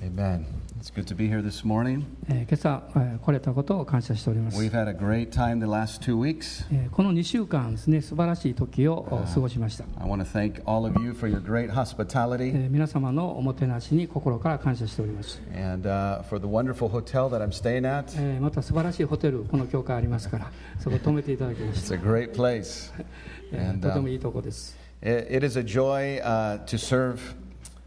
Amen. It's good to be here this morning. えー今朝、えー来れたことを感謝しております、 We've had a great time the last two weeks. えーこの2週間ですね素晴らしい時をお過ごしました、 I want to thank all of you for your great え hospitality ー皆様のおもてなしに心から感謝しております、 and uh, for the wonderful hotel that I'm staying at. えーまた素晴らしいホテルこの教会あります からそこ泊めていただきまし It's た、 a great place. えー And, とて um, もいいとこです、 it- it is a joy uh, to serve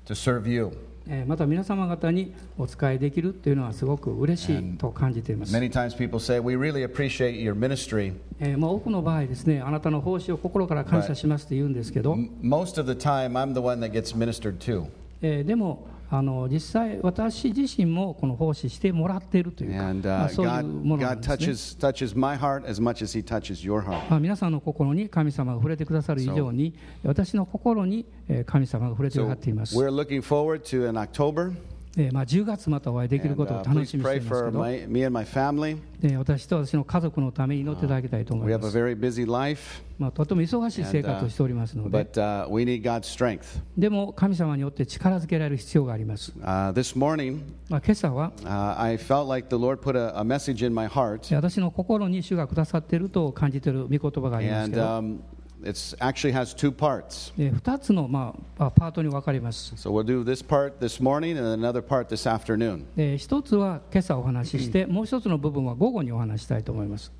to serve you. えーまた皆様方にお使いできるというのはすごく嬉しいと感じています、 Many times people say we really appreciate your ministry. えーまあ、多くの場合ですねあなたの奉仕を心から感謝しますと言うんですけど、 M- most of the time, I'm the one that gets ministered to. えーでもあの実際私自身もこの奉仕してもらっているというか、 And ま uh, あそういう God, ものなん God ですね touches touches my heart as much as He touches your heart. まあ、皆さんの心に神様が触れてくださる以上に、私の心にえー神様が触れてくださ So っています。 we're looking forward to in October. えーまあ、10月またお会いできる And, ことを uh, 楽 please しみに pray していますけ for ど、 my, me and my family. えー私と私の家族のために祈っていただきたいと思 We い have a ます。 very busy life, まあ、とても忙しい生活をしておりますので、 but uh, we need God's strength. でも神様によって力づけられる必要があります。 Uh, this morning, まあ、今朝は uh, I felt like the Lord put a, a message in my heart, えー私の心に主がくださっていると感じている御言葉がありますけ and ど、 um, it actually has two parts. え2つの、まあ、パートに分かれます。 So we'll do this part this morning and another part this afternoon. え1つは今朝お話しして、もう1つの部分は午後にお話したいと思います。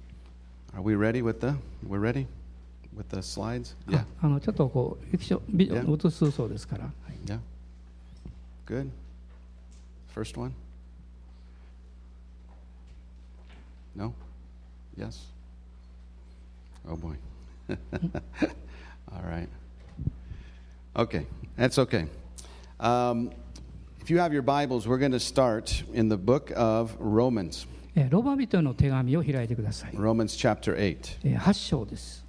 Are we ready with the? We're ready with the slides. Yeah, ああのちょっとこう液晶ビ Yeah. 映すそうですから、 yeah. Good. First one. No? Yes? Oh boy. All right. Okay, that's okay. Um, if you have your Bibles, we're going to start in the book of Romans, えーロバ人への手紙を開いてください、 Romans chapter 8. え8章です、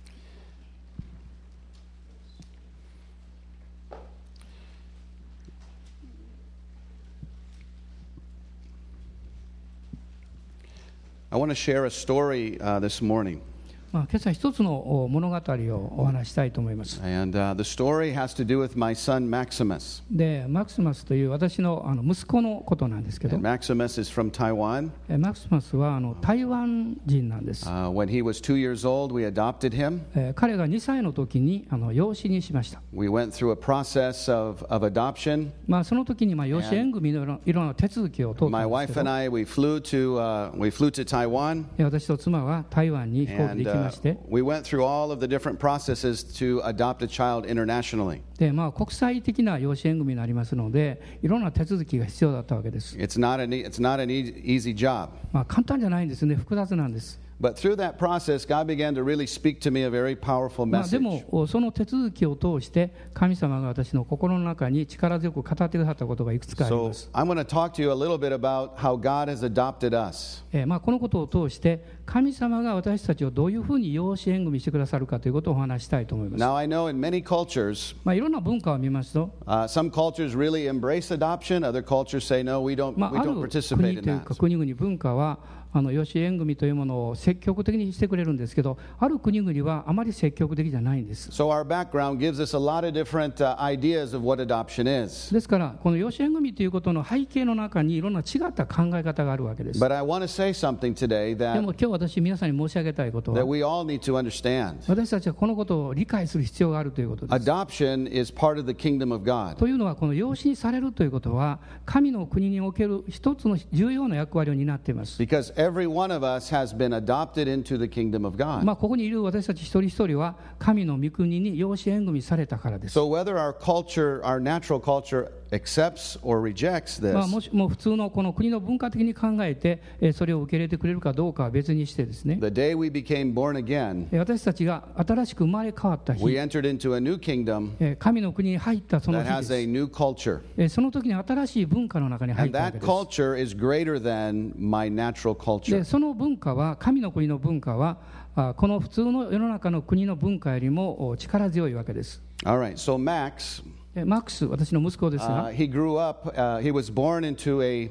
I want to share a story uh, this morning, まあ、今朝一つのお物語をお話したいと思います and uh, the story has to do with my son Maximus. でマクスマスという私のあの息子のことなんですけど And、Maximus is from Taiwan. えーマクスマスはあの台湾人なんです、 Uh, when he was two years old, we adopted him. えー彼が2歳の時にあの養子にしました、 We went through a process of, of adoption. まあ、その時にまあ養子縁組のいろいろな手続きを通ったん My です wife け and ど I, we flew to, uh, we flew to Taiwan. えー私と妻は台湾に飛行機 And で行き uh, まして、 we went through all of the different processes to adopt a child internationally. でまあ、国際的な養子縁組になりますので、いろんな手続きが必要だったわけです。 It's not an, e- it's not an e- easy job. まあ、簡単じゃないんですね、複雑なんです。 But through that process, God began to really speak to me a very powerful まあ、で message. も、おその手続きを通して、神様が私の心の中に力強く語ってくださったことがいくつかあり So ます。 I'm going to talk to you a little bit about how God has adopted us. えーまあ、このことを通して、神様が私たちをどういうふうに養子縁組してくださるかということをお話ししたいと思います。 Now I know in many cultures, まあ、いろんな文化を見ますと、 Uh, some cultures really embrace adoption. Other cultures say, no, we don't, ま we あ、あ don't る participate 国 in というか that. 国々文化はあの養子縁組というものを積極的にしてくれるんですけどある国々はあまり積極的じゃないんです So our background gives us a lot of different uh, ideas of what adoption is. ですからこの養子縁組ということの背景の中にいろんな違った考え方があるわけです But I want to say something today で that, も今日私皆さんに申し上げたいことは that we all need to understand. 私たちはこのことを理解する必要があるということです Adoption is part of the kingdom of God. というのはこの養子にされるということは神の国における一つの重要な役割を担っています Because every one of us has been adopted into the kingdom of God. まあここにいる私たち一人一人は神の御国に養子縁組されたからです So whether our culture, our natural culture, accepts or rejects まあ、 this, もしもう普通のこの国の文化的に考えて、えーそれを受け入れてくれるかどうかは別にしてですね、 the day we became born again, えー私たちが新しく生まれ変わった日、 we entered into a new kingdom えー神の国に入ったそ that の日で has す、え a new culture. ーその時に新しい文化の中に入っ And たわけ that です。 culture is greater than my natural で culture. その文化は、神の国の文化は、あこの普通の世の中の国の文化よりもお力強いわけです。 All right, so Max, えーマックス、私の息子ですが、 uh, he grew up, uh, he was born into a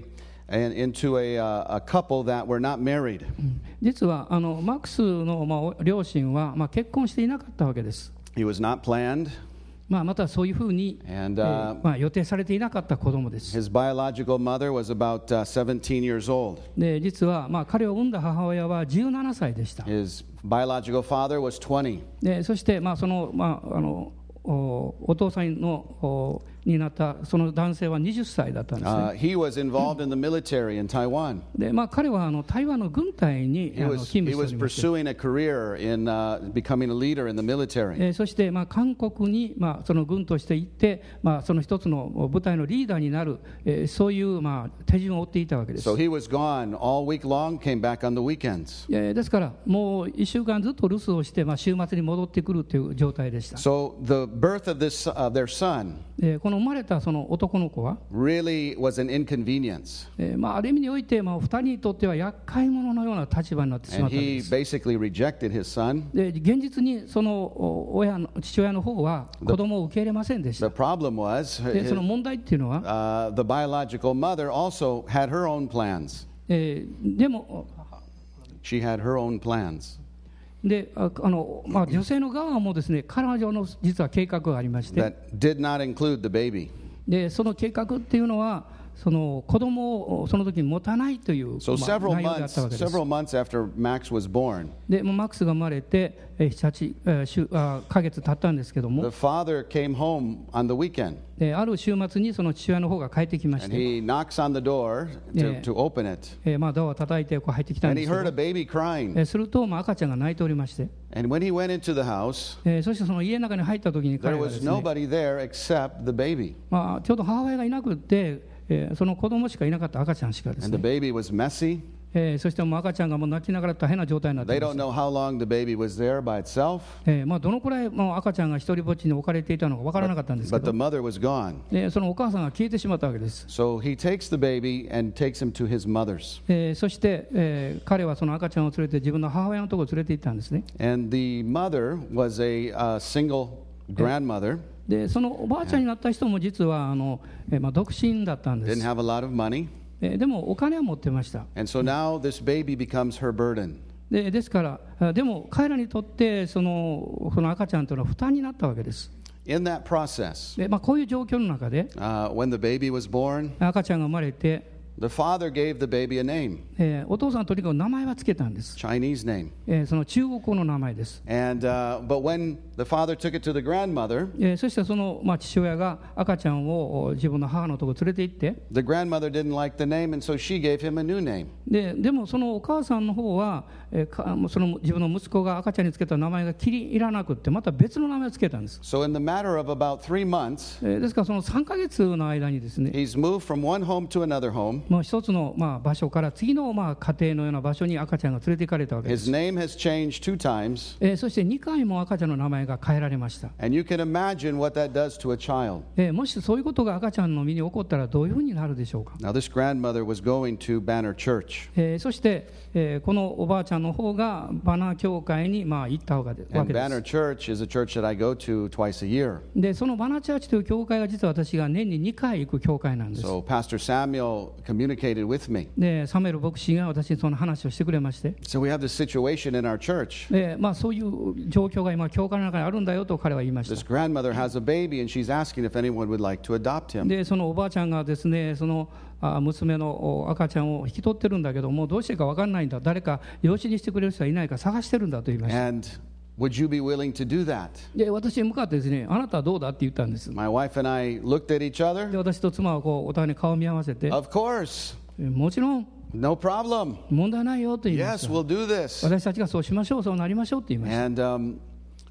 and into a, uh, a couple that were not married. 実はあのマックスの、まあ、お両親は、まあ、結婚していなかったわけです。 He was not planned. ままあ、またはそういうふうに、 And え uh, ーまあ、予定されていなかった子供です。 his biological mother was about uh, 17 years old. で実は、まあ、彼を産んだ母親は17歳でした。 His biological father was 20. でそして、まあ、その,、まあ、あのおお父さんのおになったその男性は20歳だったんですね。 Uh, he was involved in the military in Taiwan. でまあ、彼はあの台湾の軍隊にあ He の was, 勤務 he してお was り pursuing ました。a career in uh, becoming a leader in the military. えーそして、まあ、韓国に、まあ、その軍として行って、まあ、その一つの部隊のリーダーになる、えーそういう、まあ、手順を追っていたわけです So。he was gone all week long, came back on the weekends. えーですから、もう1週間ずっと留守をして、まあ、週末に戻ってくるという状態でした。 So the birth of this, uh, their son えーこの生まれたその男の子は、 really was an inconvenience. えーまあ、ある意味において、まあ、2人にとっては厄介者のような立場になってしま And ったんで he す。 basically rejected his son. で現実にそのお親の父親の方は子供を受け入れませんでし The た。 problem was で his, その問題っていうのは、 uh, the biological mother also had her own plans. えーでも She had her own plans. でああの、まあ、女性の側もですね彼女の実は計画がありまして、 that did not include the baby. でその計画っていうのは、その子供をその時に持たないという、 So まあ several 内容であ months, ったわけです。 several months after Max was born, でもうマックスが生まれて、えー7、8週あヶ月経ったんですけど the も、 father came home on the weekend である週末にその父親の方が帰ってきまし and て、 he knocks on the door Yeah. to, to open it. えーまあ、ドアを叩いてこう入ってきたん And he ですけ heard ど、 a baby え crying. ーすると、まあ、赤ちゃんが泣いておりまして、 And when he went into the house, えーそしてその家の中に入った時に there 彼はで was すね、 nobody there except the baby. まあ、ちょうど母親がいなくて、えーその子供しかいなかった赤ちゃんしかです And the ね、 baby was messy. えーそしてもう赤ちゃんがもう泣きながら大変な状態になって They いま don't す。 know how long the baby was there by itself, えーまあ、どのくらいもう赤ちゃんが一人ぼっちに置かれていたのか分からなかったんですけ but the ど、 mother was gone. でそのお母さんが消えてしまったわけです。 So he takes the baby and takes him to his mother's. えーそして、えー彼はその赤ちゃんを連れて自分の母親のところを連れて行ったんですね And the mother was a uh, single grandmother, でそのおばあちゃんになった人も実はあの、えーまあ、独身だったんで didn't す、 have a lot of money. えーでもお金は持ってました And so now this baby becomes her burden. でですからあでも彼らにとってそのその赤ちゃんというのは負担になったわけです、 In that process, でまあ、こういう状況の中で uh, when the baby was born, 赤ちゃんが生まれて、 the father gave the baby a name, えーお父さんとにかく名前はつけたんです、 Chinese name. えーその中国語の名前です、 And uh, but when the father took it to the grandmother, えーそしてその、まあ、父親が赤ちゃんをお自分の母のところ連れて行って the grandmother didn't like the name, and so she gave him a new name. ででもそのお母さんの方は、えーかその自分の息子が赤ちゃんにつけた名前が気に入らなくってまた別の名前をつけたんです、 So in the matter of about three months, えーですからその3ヶ月の間にですね he's moved from one home to another home. もう一つの、まあ、場所から次の、まあ、家庭のような場所に赤ちゃんが連れて行かれたわけです、 His name has changed two times, えーそして2回も赤ちゃんの名前が変えられました、 and you can imagine what that does to a child. えーもしそういうことが赤ちゃんの身に起こったらどういうふうになるでしょうか Now this grandmother was going to Banner Church, えーそして、えーこのおばあちゃんの方がバナー教会に、まあ、行ったわけでわ and けです Banner Church is a church that I go to twice a year. でそのバナーチャーチという教会が実は私が年に2回行く教会なんです So Pastor Samuel communicated with me. でサムエル牧師が私にその話をしてくれまして、 So we have this situation in our church. でまあ、そういう状況が今、教会の中にあるんだよと彼は言いまし This た。 grandmother has a baby, and she's asking if anyone would like to adopt him. でそのおばあちゃんがですねそのあ娘のお赤ちゃんを引き取ってるんだけどもどうしてか分かんないんだ誰か養子にしてくれる人はいないか探してるんだと言いました And would you be willing to do that? で私に向かってですねあなたはどうだって言ったんですで My wife and I looked at each other. 私と妻はこうお互いに顔を見合わせて Of course, えもちろん no problem. 問題ないよと言いま Yes, し we'll do this. た私たちがそうしましょうそうなりましょうと言いました And um,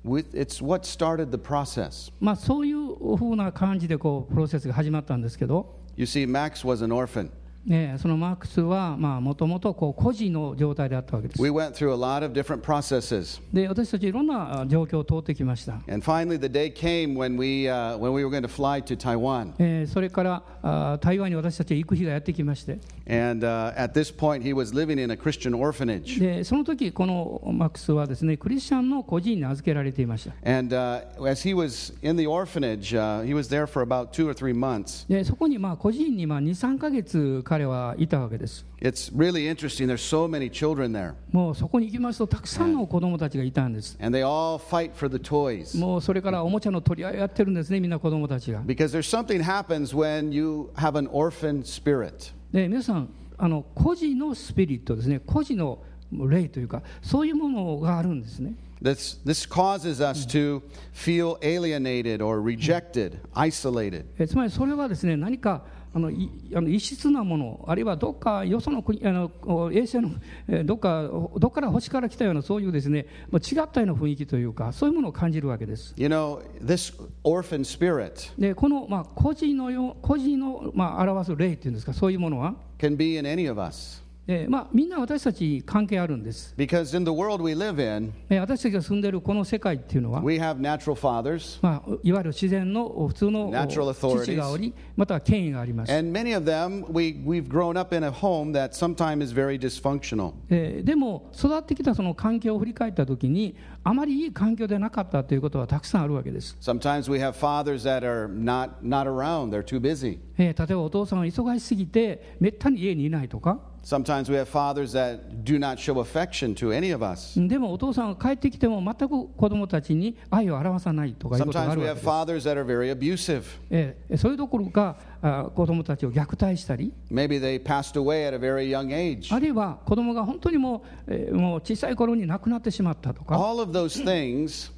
with, it's what started the process. まあそういうふうな感じでこうプロセスが始まったんですけど You see, Max was an orphan. ね、そのマークスはもともと個人の状態であったわけです。 We went through a lot of different processes. で私たちいろんなあ状況を通ってきました。 And finally, the day came when we, uh, when we were going to fly to Taiwan. えーそれからあ台湾に私たち行く日がやってきまして And uh, at this point, he was living in a Christian orphanage. でその時このマックスはですねクリスチャンの個人に預けられていました And uh, as he was in the orphanage, uh, he was there for about two or three months. でそこにまあ個人に23ヶ月彼はいたわけです It's really interesting. There's so many children there, もうそこに行きますとたくさんの子供たちがいたんです and they all fight for the toys. もうそれからおもちゃの取り合いやってるんですねみんな子供たちが Because there's something happens when you have an orphan spirit. で皆さんあの孤児のスピリットですね孤児の霊というかそういうものがあるんですね This, this causes us to feel alienated or rejected, isolated. えつまりそれはですね何かあのいあの異質なものあるいはどっかよその国あのお衛星のえどっかどっから星から来たようなそういうですねまあ違ったような雰囲気というかそういうものを感じるわけです You know, this orphan spirit でこの、まあ、孤児のよう孤児の、まあ、表す霊っていうんですかそういうものは、 can be in any of us. えまあ、みんな私たちに関係あるんです、 Because in the world we live in, え私たちが住んでるこの世界っていうのは、 we have natural fathers, まあ、いわゆる自然の普通の Natural 父がおりまたは権威があります、 and many of them, we, we've grown up in a home that sometimes is very dysfunctional. えーでも育ってきたその環境を振り返った時にあまりいい環境でなかったということはたくさんあるわけです、 Sometimes we have fathers that are not, not around, they're too busy. えー例えばお父さんは忙しすぎてめったに家にいないとか Sometimes we have fathers that do not show affection to any of us. でもお父さんが帰ってきても全く子供たちに愛を表さないとかいうことがあ Sometimes る we わけ have です fathers that are very abusive. ええそういうところがあ子どもたちを虐待したり、 Maybe they passed away at a very young age. あるいは子どもが本当にもう,、えーもう小さい頃に亡くなってしまったとか、 All of those things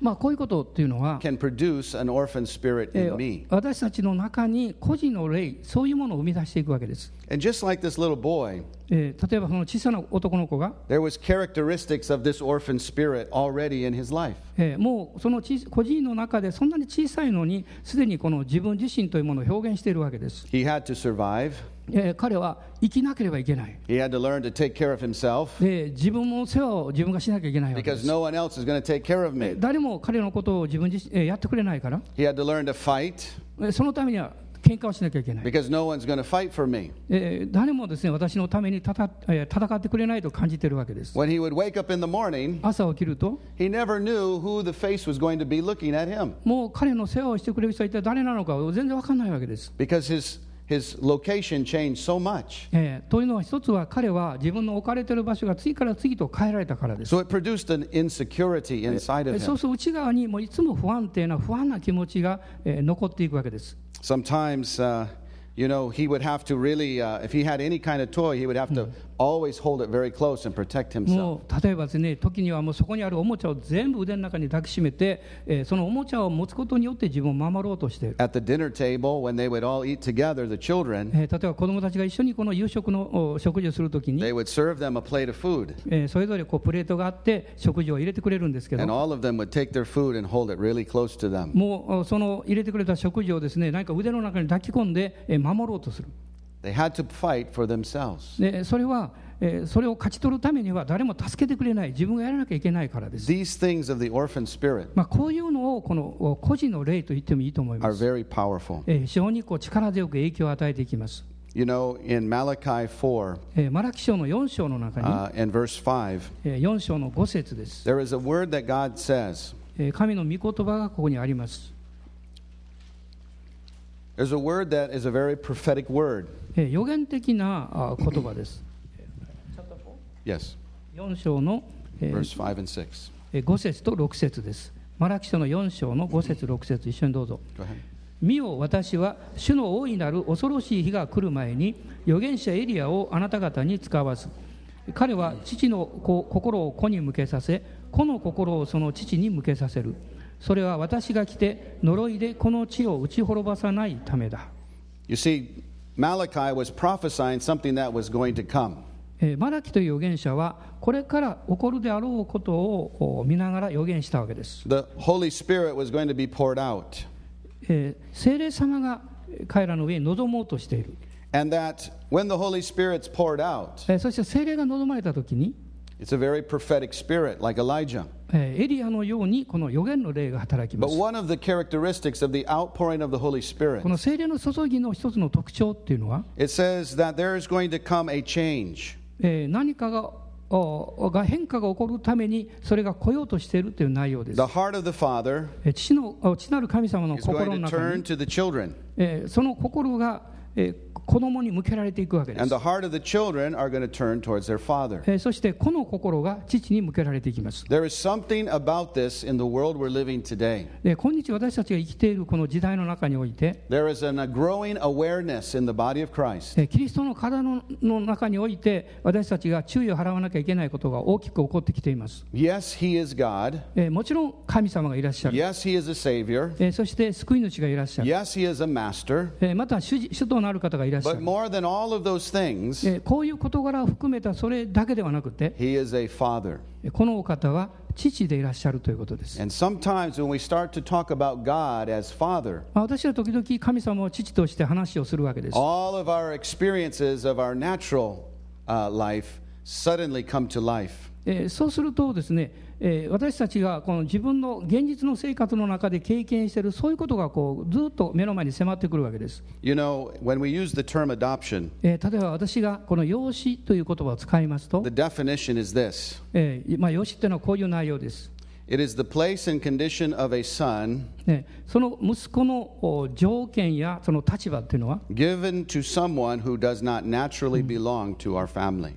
まあ、こういうことっていうのは、 can produce an orphan spirit え in ー me. 私たちの中に個人の霊、そういうものを生み出していくわけです。 And just like this little boy, えー例えばその小さな男の子が、 there was characteristics of this orphan spirit already in his life. えーもうその小さ個人の中でそんなに小さいのに、すでにこの自分自身というものを表現しているわけです。 He had to survive. えー彼は生きなければいけない。 He had to learn to take care of himself で自分の世話を自分がしなきゃいけないわけで because す。 no one else is going to take care of えー me. 誰も彼のことを自分自身、えーやってくれないから。 He had to learn to fight えーそのためには喧嘩をしなきゃいけない、 because no one's going to fight for me. えー誰もですね私のためにたた、えー戦ってくれないと感じてるわけです。 When he would wake up in the morning, 朝起きると、 he never knew who the face was going to be looking at him もう彼の世話をしてくれる人は一体誰なのか全然分かんないわけです。 because his, his location changed so much. えーというのは、一つは彼は自分の置かれている場所が次から次と変えられたからです。 So it produced an insecurity inside え of ーそ him. うすると内側にもういつも不安定な不安な気持ちが、えー残っていくわけです。 Sometimes, uh, you know, he would have to really, uh, if he had any kind of toy, he would have to always hold it very close and protect himself. もう例えばですね、時にはもうそこにあるおもちゃを全部腕の中に抱きしめて、えーそのおもちゃを持つことによって自分を守ろうとしている。 At the dinner table, when they would all eat together, the children, えー例えば子どもたちが一緒にこの夕食のお食事をするときに、 they would serve them a plate of food. えーそれぞれこうプレートがあって食事を入れてくれるんですけ And ど all of them would take their food and hold it really close to them. もうおその入れてくれた食事をですね何か腕の中に抱き込んで、えー守ろうとする They had to fight for themselves. でそれは、えーそれを勝ち取るためには誰も助けてくれない自分がやらなきゃいけないからです、 These things of the orphan spirit まあ、こういうのをこのお個人の例と言ってもいいと思い are ます、 very powerful. えー非常にこう力強く影響を与えていきます、 You know, in Malachi 4えーマラキ書の4章の中に、 uh, and verse 5, えー4章の5節です、 there is a word that God says. えー神の御言葉がここにあります、 There's a word that is a very prophetic word. えー予言的なあ言葉です Yes, 4章の、えー verse 5 and 6. えー5節と6節です。マラキ書の4章の5節6節一緒にどうぞ。 Go ahead. 見よ私は主の大いなる恐ろしい日が来る前に預言者エリアをあなた方に使わず彼は父の子心を子に向けさせ子の心をその父に向けさせるそれは私が来て呪いでこの地を打ち滅ばさないためだ、 You see, Malachi was prophesying something that was going to come. えーマラキという預言者はこれから起こるであろうことをお見ながら預言したわけです The Holy Spirit was going to be poured out, えー聖霊様がえー彼らの上に臨もうとしている、 and that when the Holy Spirit's poured out, えーそして聖霊が望まれた時に、 it's a very prophetic spirit, like Elijah. えーエリアのようにこの予言の霊が働きま But す one of the characteristics of the outpouring of the Holy Spirit, この聖霊の注ぎの一つの特徴っていうのは、 it says that there is going to come a change. えー何かがおが変化が起こるためにそれが来ようとしているという内容です The heart of the Father えー父のお父なる神様の is 心 going の to 中 turn に、 to the children. えーその心が、えー子供に向けられていくわけで And す the heart of the children are going to turn towards their father. えーそしてこの心が父に向けられていきます There is something about this in the world we're living today. で今日私たちが生きているこの時代の中において There is an, a growing awareness in the body of Christ えーキリストの体のの中において私たちが注意を払わなきゃいけないことが大きく起こってきています、 Yes, He is God. えーもちろん神様がいらっしゃる、 Yes, He is a Savior. えーそして救い主がいらっしゃる、 Yes, He is a Master. えーまた主じ主となる方がいらっしゃ But る、 more than all of those things, えーこういう事柄を含めたそれだけではなくて He is a Father. このお方は父でいらっしゃるということです、 And sometimes when we start to talk about God as Father, まあ、私は時々神様を父として話をするわけです all of our experiences of our natural uh, life suddenly come to life. えーそうするとですね、えー私たちがこの自分の現実の生活の中で経験しているそういうことがこうずっと目の前に迫ってくるわけです、 You know, when we use the term adoption, えー例えば私がこの養子という言葉を使いますと the、definition is this えーまあ、養子っていうのはこういう内容です、 it is the place and condition of a son ね、その息子のお条件やその立場っていうのは、 given to someone who does not naturally belong to our family.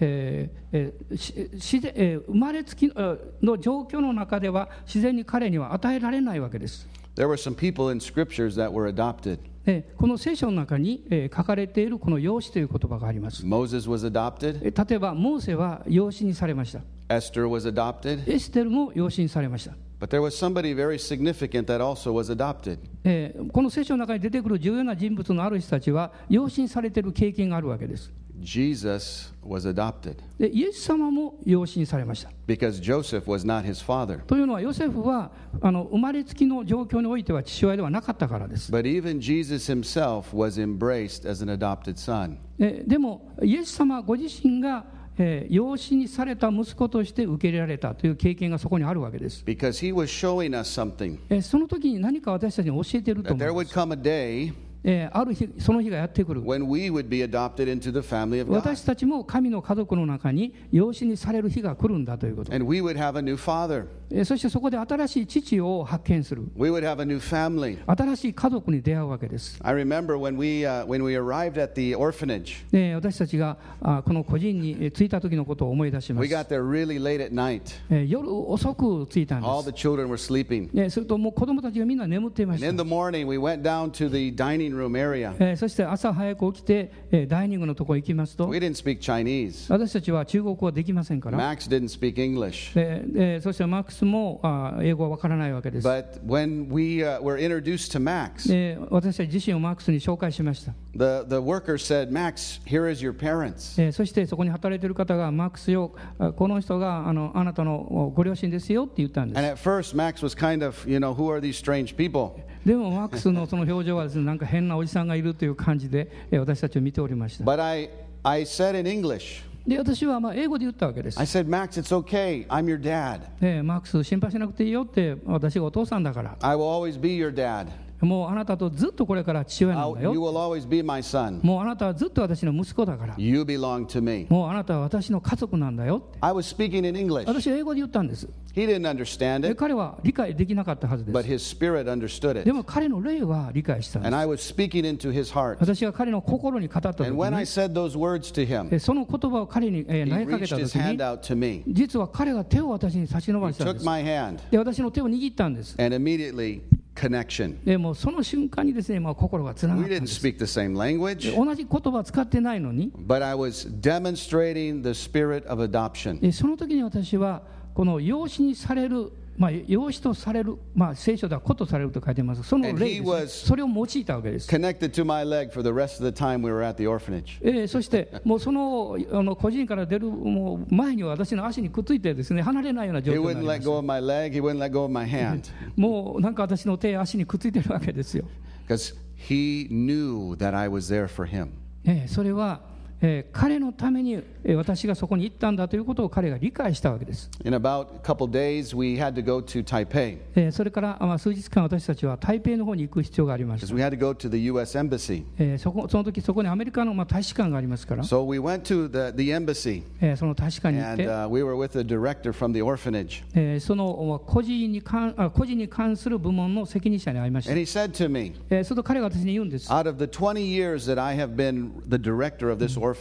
えーえーし自然えー生まれつきあの状況の中では自然に彼には与えられないわけです、 There were some people in scriptures that were adopted. えーこの聖書の中に、えー書かれているこの養子という言葉があります Moses was adopted, え例えばモーセは養子にされました Esther was adopted, エステルも養子にされました、 but there was somebody very significant that also was adopted. えーこの聖書の中に出てくる重要な人物のある人たちは養子にされている経験があるわけです Jesus was adopted でイエス様も養子にされました because Joseph was not his father. というのはヨセフはあの生まれつきの状況においては父親ではなかったからです But even Jesus himself was embraced as an adopted son. えでもイエス様ご自身が、えー養子にされた息子として受け入れられたという経験がそこにあるわけです、 Because he was showing us something えその時に何か私たちに教えていると that 思 there いま would す、 come a day えーある日その日がやってくる when we would be adopted into the family of God 私たちも神の家族の中に養子にされる日が来るんだということ、 and we would have a new father. えーそしてそこで新しい父を発見する We would have a new family. 新しい家族に出会うわけです、 I remember when we, uh, when we arrived at the orphanage, えー私たちがあこの個人にえー着いた時のことを思い出しま we す、 got there really late at night. えー夜遅く着いたん All で the children were sleeping. す、えーするともう子供たちがみんな眠っていま And した in、the morning, we went down to the dining room area. えーそして朝早く起きて、えーダイニングのところ行きますと We didn't speak Chinese. 私たちは中国語はできませんから、 Max didn't speak English. ででそしてマックスもあ英語はわからないわけです、 But when we uh, were introduced to Max, で私たち自身をマックスに紹介しました the, the worker said, Max, here is your parents. えーそしてそこに働いている方が、マックスよ、あこの人があのあなたのご両親ですよって言ったん And で at first, Max was kind of, you know, who are these strange people? す。でも、マックスのその表情はです、ね、なんか変なおじさんがいるという感じで、えー私たちを見ておりました。 But I, I said in English, で、私はまあ英語で言ったわけです。 I said, Max, it's okay. I'm your dad. えーマックス、心配しなくていいよって、私がお父さんだから、 I will always be your dad. もうあなたとずっとこれから父親なん I'll- だ you よ、 will always be my son. もうあなたはずっと私の息子だから、 You belong to me. もうあなたは私の家族なんだよって、 I was speaking in English. 私は英語で言ったんです。 He didn't understand で it, 彼は理解できなかったはずで but す。 his spirit understood で it. も彼の霊は理解したんで And す。 I was speaking into his heart. 私が彼の心に語った時 And when に I said those words to him, えその言葉を彼に、えー he 投げかけ reached たと his きに hand、out to me. 実は彼が手を私に差し伸ば He したんで took す。 my hand, で、私の手を握ったんです。 and immediately, connection. でもうその瞬間にですね、まあ、心がつなが We った didn't んです。 speak the same language, で同じ言葉を使ってないのに、 but I was demonstrating the spirit of adoption. えその時に私は、この養子にされる、まあ、養子とされる、まあ、聖書では子とされると書いてます。その And he 霊ですね was- それを用いたわけです。 Connected to my leg for the rest of the time we were at the orphanage. えーそして、もうそのあの個人から出るもう前には私の足にくっついてですね、離れないような状 He 況にな wouldn't let りました go of my leg, he wouldn't let go of my hand, もうなんか私の手や足にくっついてるわけですよ。 because he knew that I was there for him. ええそれは、ええー彼のためにえー私がそこに行ったんだということを彼が理解したわけです、 In about a couple days, we had to go to Taipei えーそれからあまあ数日間私たちは台北の方に行く必要がありまし because た、 we had to go to the U.S. Embassy. えーそこその時そこにアメリカのまあ大使館がありますから、 So we went to the, the embassy えーその大使館に行っ and て、 uh, we were with the director from the orphanage. えーその個人に関あ個人に関する部門の責任者に会いました And、he said to me, えーすると彼が私に言うんです、 Out of the 20 years that I have been the director of this orphanage,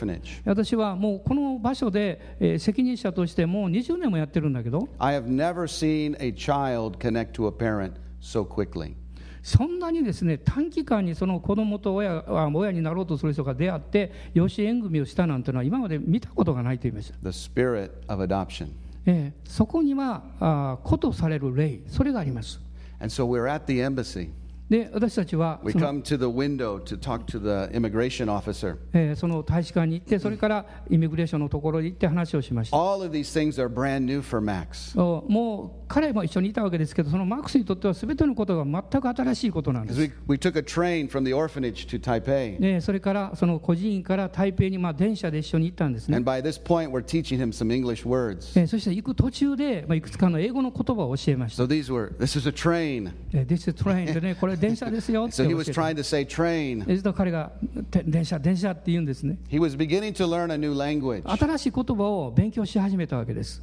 私はもうこの場所で、えー責任者としてもう20年もやってるんだけど、 I have never seen a child connect to a parent so quickly. そんなにですね短期間にその子供と親あ親になろうとする人が出会って、養子縁組をしたなんてのは、今まで見たことがないと言いました、 The spirit of adoption. えーそこにはあー子とされる霊、それがあります。 And so we're at the embassy. で私たちは We その come to the window to talk to the immigration officer. えーその大使館に行って、それからイミグレーションのところに行って話をしました。 All of these things are brand new for Max おもう彼も一緒にいたわけですけど、そのマックスにとっては全てのことが全く新しいことなんで because す。 we, we took a train from the orphanage to Taipei. ね、それからその孤児院から台北にまあ電車で一緒に行ったんですね。 And by this point, we're teaching him some English words. えそして行く途中で、まあ、いくつかの英語の言葉を教えました。 So these were, this is a train. え This is train って ね、これ電車ですよって教 So え he was て trying to say train. えずっと彼がて電車、電車って言うんですね。 He was beginning to learn a new language. 新しい言葉を勉強し始めたわけです。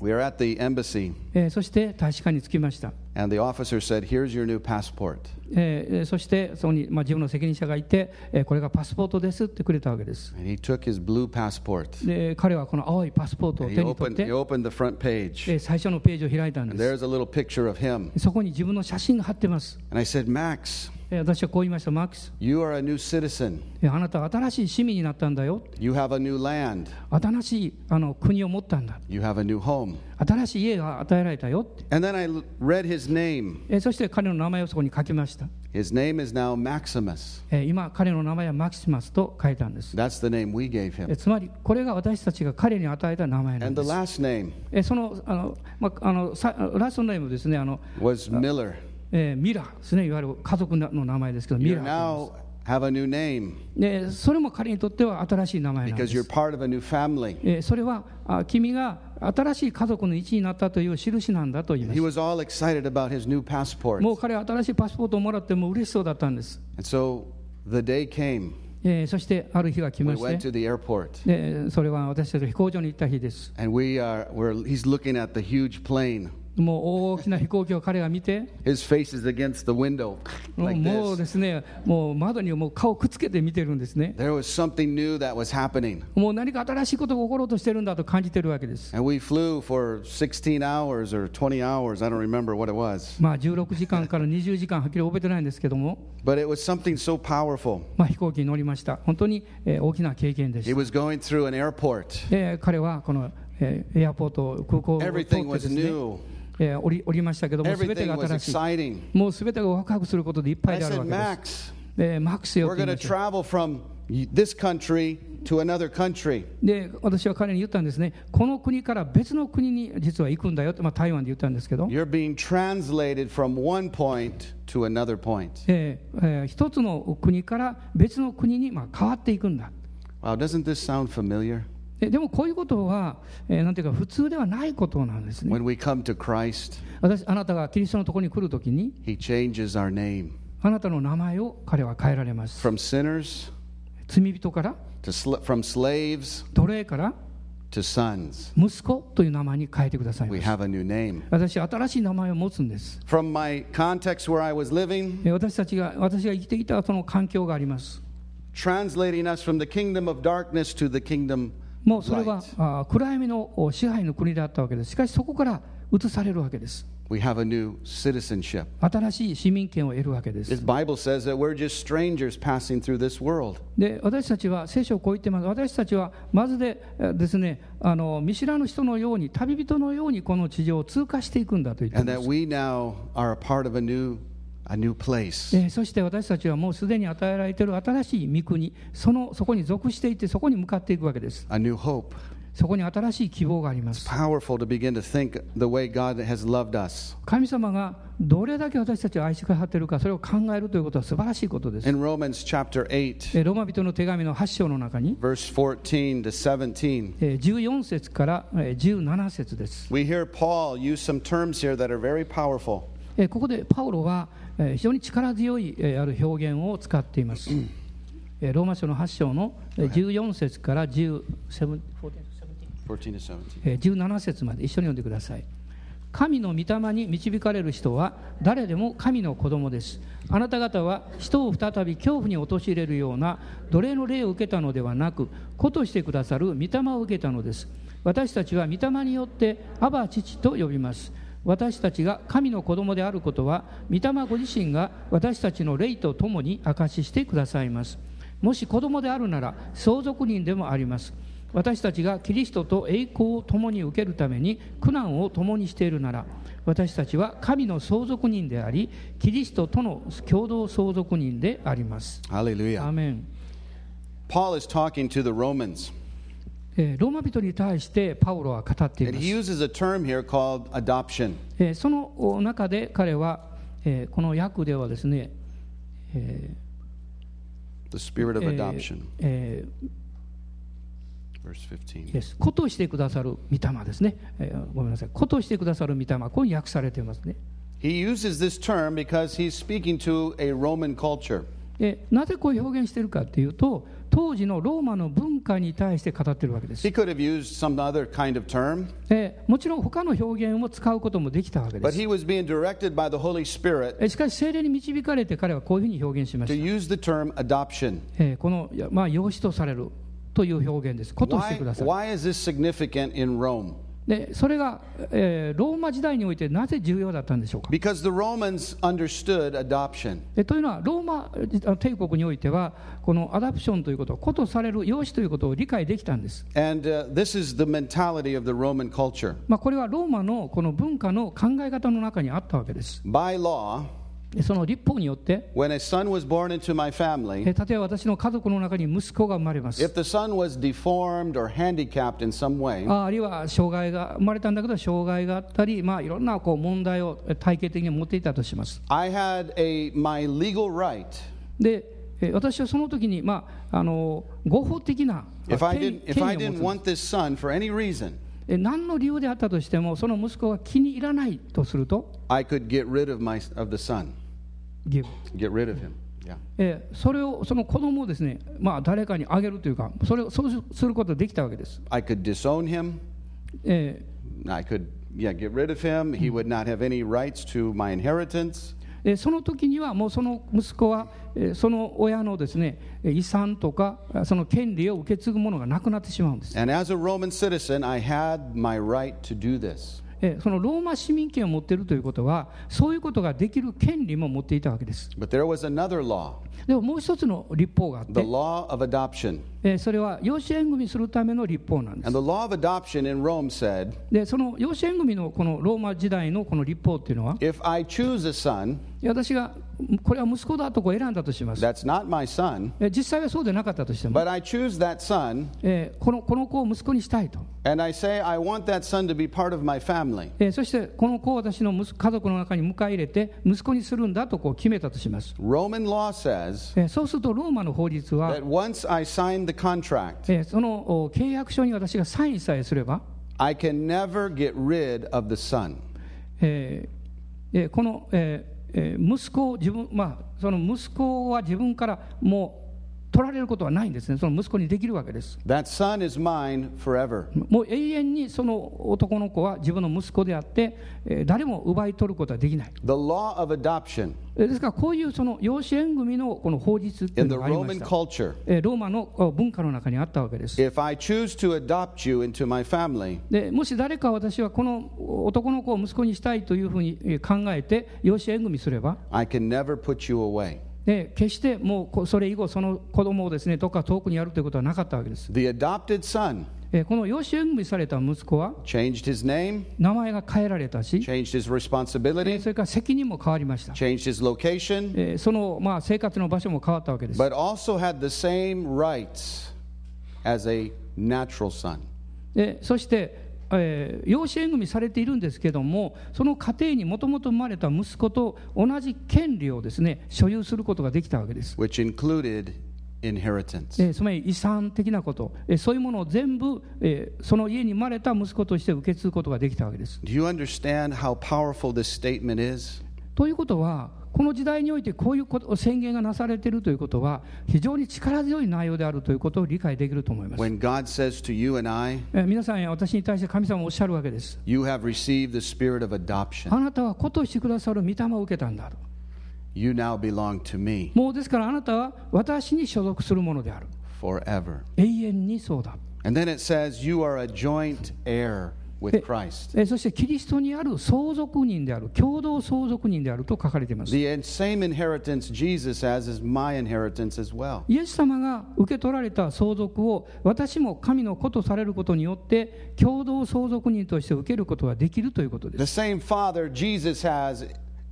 We are at the embassy, えそして大使館に着きました。 and the officer said, Here's your new passport. えーそしてそこに、まあ、自分の責任者がいて、えーこれがパスポートですってくれたわけです。 And he took his blue passport. で彼はこの青いパスポートを And he 手に取っ opened, て he、opened the front page. えー最初のページを開いたん And で there's a little picture of him. す。そこに自分の写真が貼ってます。 And I said, Max, えー私はこう言いました、マックス、 you are a new citizen. えーあなたは新しい市民になったんだよ、 You have a new land. 新しいあの国を持ったんだ、 You have a new home. 新しい家が与えられたよって、 And then I l- read his name. えーそして彼の名前をそこに書きました。 His name is now Maximus. えー今、彼の名前はマキシマスと書いたんです。 That's the name we gave えー him. つまり、これが私たちが彼に与えた名前なん And で the last す。name えーそのあの、まあ、あのさラストネームですね、あの was Miller. えーミラーですね、いわゆる家族の名前ですけど、ミ You ラーと now have a new name 言います。でそれも彼にとっては新しい名前なんで because す you're。part of a new family. えーそれはあ君が新しい家族の一員になったという印なんだと言いま He す was all excited about his new passport. もう彼は新しいパスポートをもらってもう嬉しそうだったんです、 And so the day came. えーそしてある日が来 We ま went して to the airport. えーそれは私たちが飛行場に行った日です And we are, we're, he's looking at the huge plane. もう大きな飛行機を彼が見て His face is against the window もう like もう this. ですねもう窓にもう顔くっつけて見てるんですね There was something new that was happening. もう何か新しいことが起ころうとしてるんだと感じてるわけです、 And we flew for 16 hours or 20 hours. I don't remember what it was. まあ、16時間から20時間はっきり覚えてないんですけども、 But it was something so powerful. まあ、飛行機に乗りました本当に、えー大きな経験でした He was going through an airport. えー彼はこの、えーエアポート、空港を通って Everything で was す、ね new. えー降り降りましたけども、すべて Everything が was 新しい、 exciting. もうすべてがワクワクすることでいっぱい I である said, わけです。 Max, でマックスよ we're って going to 言いました travel from y- this country to another country. で私は彼に言ったんですね、この国から別の国に実は行くんだよって、まあ、台湾で言ったんですけど、 You're being translated from one point to another point. えーえー一つの国から別の国にまあ変わっていくんだ。 Wow, doesn't this sound familiar? ででもこういうことは、えーなんていうか、普通ではないことなんですね。 When we come to Christ, 私あなたがキリストのところに来るときに、 He changes our name あなたの名前を彼は変えられます。 from sinners 罪人から、 to sl- from slaves 奴隷から、 to sons. 息子という名前に変えてください We have a new name. 私新しい名前を持つんです From my context where I was living, え私たちが私が生きてきたその環境があります translating us from the kingdom of darkness to the kingdom もう of それは light. あ暗闇のお支配の国であったわけですしかしそこから移されるわけです We have a new citizenship. 新しい市民権を得るわけで This す Bible says that we're just strangers passing through this world. で私たちは聖書をこう言ってます私たちはまずでえですねあの見知らぬ人のように旅人のようにこの地上を通過していくんだと言ってい and ま that す we now are a part of a new a new place えそして私たちはもうすでに与えられている新しい御国そのそこに属していてそこに向かっていくわけです a new hope そこに新しい希望があります Powerful to begin to think the way God has loved us. 神様がどれだけ私たちを愛してくださっているかそれを考えるということは素晴らしいことです In Romans chapter 8, えローマ人の手紙の8章の中に verse 14 to 17, えー14節からえー17節です we hear Paul use some terms here that are very powerful. えーここでパウロはえー非常に力強いえーある表現を使っていますえーローマ書の8章のえー14節から17 14 14 to 17. えー17節まで一緒に読んでください神の御霊に導かれる人は誰でも神の子供ですあなた方は人を再び恐怖に陥れるような奴隷の霊を受けたのではなく子としてくださる御霊を受けたのです私たちは御霊によってアバ父と呼びます私たちが神の子供であることは御霊ご自身が私たちの霊とともに証ししてくださいますもし子供であるなら相続人でもあります私たちがキリストと栄光を共に受けるために苦難を共にしているなら私たちは神の相続人でありキリストとの共同相続人であります。ア Hallelujah. ーメン Paul is talking to the Romans, えーローマ人に対してパウロは語ってい and ま he す。 uses a term here called adoption. えーその中で彼は、えーこの訳ではですね、え The spirit of ー adoption, えー verse 15. です。子としてくださる御霊ですね、えーごめんなさい。子としてくださる御霊、こう訳されていますね。 He uses this term because he's speaking to a Roman culture. でなぜこういう表現しているかというと当時のローマの文化に対して語っているわけです He could have used some other kind of term, えもちろん他の表現を使うこともできたわけで but す he was being directed by the Holy Spirit えしかし精霊に導かれて彼はこういうふうに表現しま to し use the た term adoption. えこの、いやまあ、養子とされるという表現ですことをして Why, ください why is this significant in Rome? でそれが、えーローマ時代においてなぜ重要だったんでしょうか Because the Romans understood adoption. えというのはローマえー帝国においてはこのアダプションということ子とされる養子ということを理解できたんです、 And uh, this is the mentality of the Roman culture. まあ、これはローマのこの文化の考え方の中にあったわけです By law, でその立法によって、 when a son was born into my え family, ー例えば私の家族の中に息子が生まれます。 if the son was deformed or handicapped in some way, ああるいは障害が生まれたんだけど障害があったり、まあ、いろんなこう問題をえー体系的に持っていたとします。 I had a, my legal right でえー私はその時に、まあ、あの合法的な If I 権利 didn't, if I 権利を持 didn't つ want this son for any reason, えー何の理由であったとしてもその息子が気に入らないとすると、 I could get rid of my of the son, 義務 get rid of him. Yeah. えーそれをその子供をですね、まあ、誰かにあげるというかそれをそうすることができたわけです。 I could disown him. えー I could, yeah, get rid of him. He would not have any rights to my inheritance. えーその時にはもうその息子はえーその親のですねえー遺産とかあその権利を受け継ぐものがなくなってしまうんです、 And as a Roman citizen, I had my right to do this. えーそのローマ市民権を持っているということはそういうことができる権利も持っていたわけです But there was another law, でももう一つの立法があっ the て、 law of adoption. えーそれは養子縁組するための立法なんで And す the law of adoption in Rome said, でその養子縁組のこのローマ時代のこの立法っていうのは if I choose a son 私がこれは息子だとこう選んだとします、 that's not my son, えー実際はそうでなかったとしても、 but I choose that son えーこのこの子を息子にしたいと and I say I want that son to be part of my family, えーそしてこの子を私の息子家族の中に迎え入れて息子にするんだとこう決めたとします、 Roman law says えーそうするとローマの法律は that、once I sign the contract, えーそのお契約書に私がサインさえすれば、 I can never get rid of the son. えーえーこの、えーえー息子を自分、まあ、その息子は自分からもう取られることはないんですねその息子にできるわけです That son is mine forever. もう永遠にその男の子は自分の息子であって、えー誰も奪い取ることはできない、 The law of adoption えーですからこういうその養子縁組のこの法律っていう in の the がありま Roman した culture. えーローマのお文化の中にあったわけです。 If I choose to adopt you into my family, でもし誰か私はこのお男の子を息子にしたいというふうにえー考えて養子縁組すれば、 I can never put you away. で決してもうこそれ以後その子供をですねどっか遠くにやるということはなかったわけです。 The adopted son えーこの養子縁組された息子は changed his name, 名前が変えられたし、 changed his えー responsibilities, それから責任も変わりました。 changed his location, えーそのまあ生活の場所も変わったわけです。 but also had the same rights as a natural son. でそして、えー養子縁組されているんですけどもその家庭にもともと生まれた息子と同じ権利をですね所有することができたわけです、 which included inheritance. えーつまり遺産的なこと、えーそういうものを全部、えーその家に生まれた息子として受け継ぐことができたわけです Do you understand how powerful this statement is? ということはこの時代においてこういうこと宣言がなされているということは非常に力強い内容であるということを理解できると思います When God says to you and I, えー皆さんや私に対して神様はおっしゃるわけです You have received the spirit of adoption. あなたは子としてくださる御霊を受けたんだと You now belong to me もうですからあなたは私に所属するものである forever. 永遠にそうだ And then it says, You are a joint heir with Christ. えーそしてキリストにある相続人である共同相続人であると書かれていますイ The same inheritance Jesus has is my inheritance as well. エス様が受け取られた相続を私も神の子とされることによって共同相続人として受けることができるということです The same father Jesus has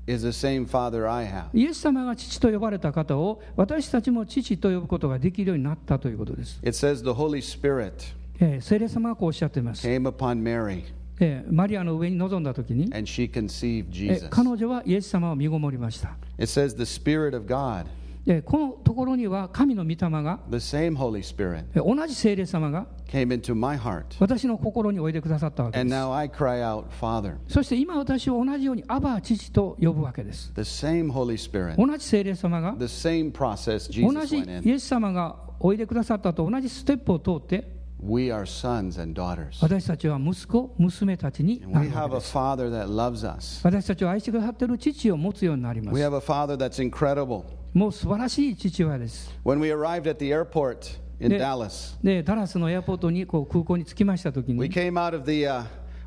is the same father I have. イエス様が父と呼ばれた方を私たちも父と呼ぶことができるようになったということです、 It says, The Holy Spirit えー聖霊様がこうおっしゃっています、 came upon Mary えーマリアの上に臨んだ時に、 and she conceived えー Jesus. 彼女はイエス様を身ごもりました、 It says, The Spirit of God, えーこのところには神の御霊が the same Holy Spirit, えー同じ聖霊様が came into my heart. 私の心においでくださったわけ And で now I cry out, Father. すそして今私を同じようにアバ父と呼ぶわけです、 The same Holy Spirit. 同じ聖霊様が The same process 同 Jesus じ went in. イエス様がおいでくださったと同じステップを通って We are sons and daughters. 私たちは息子娘たちに And な we るわ have けで a す Father that loves us. 私たちを愛してくださっている父を持つようになりま We す have a Father that's incredible. もう素晴らしい父親です When we arrived at the airport in Yeah. Dallas, でダラスのエアポートにこう空港に着きました時 we に、 came out of the uh,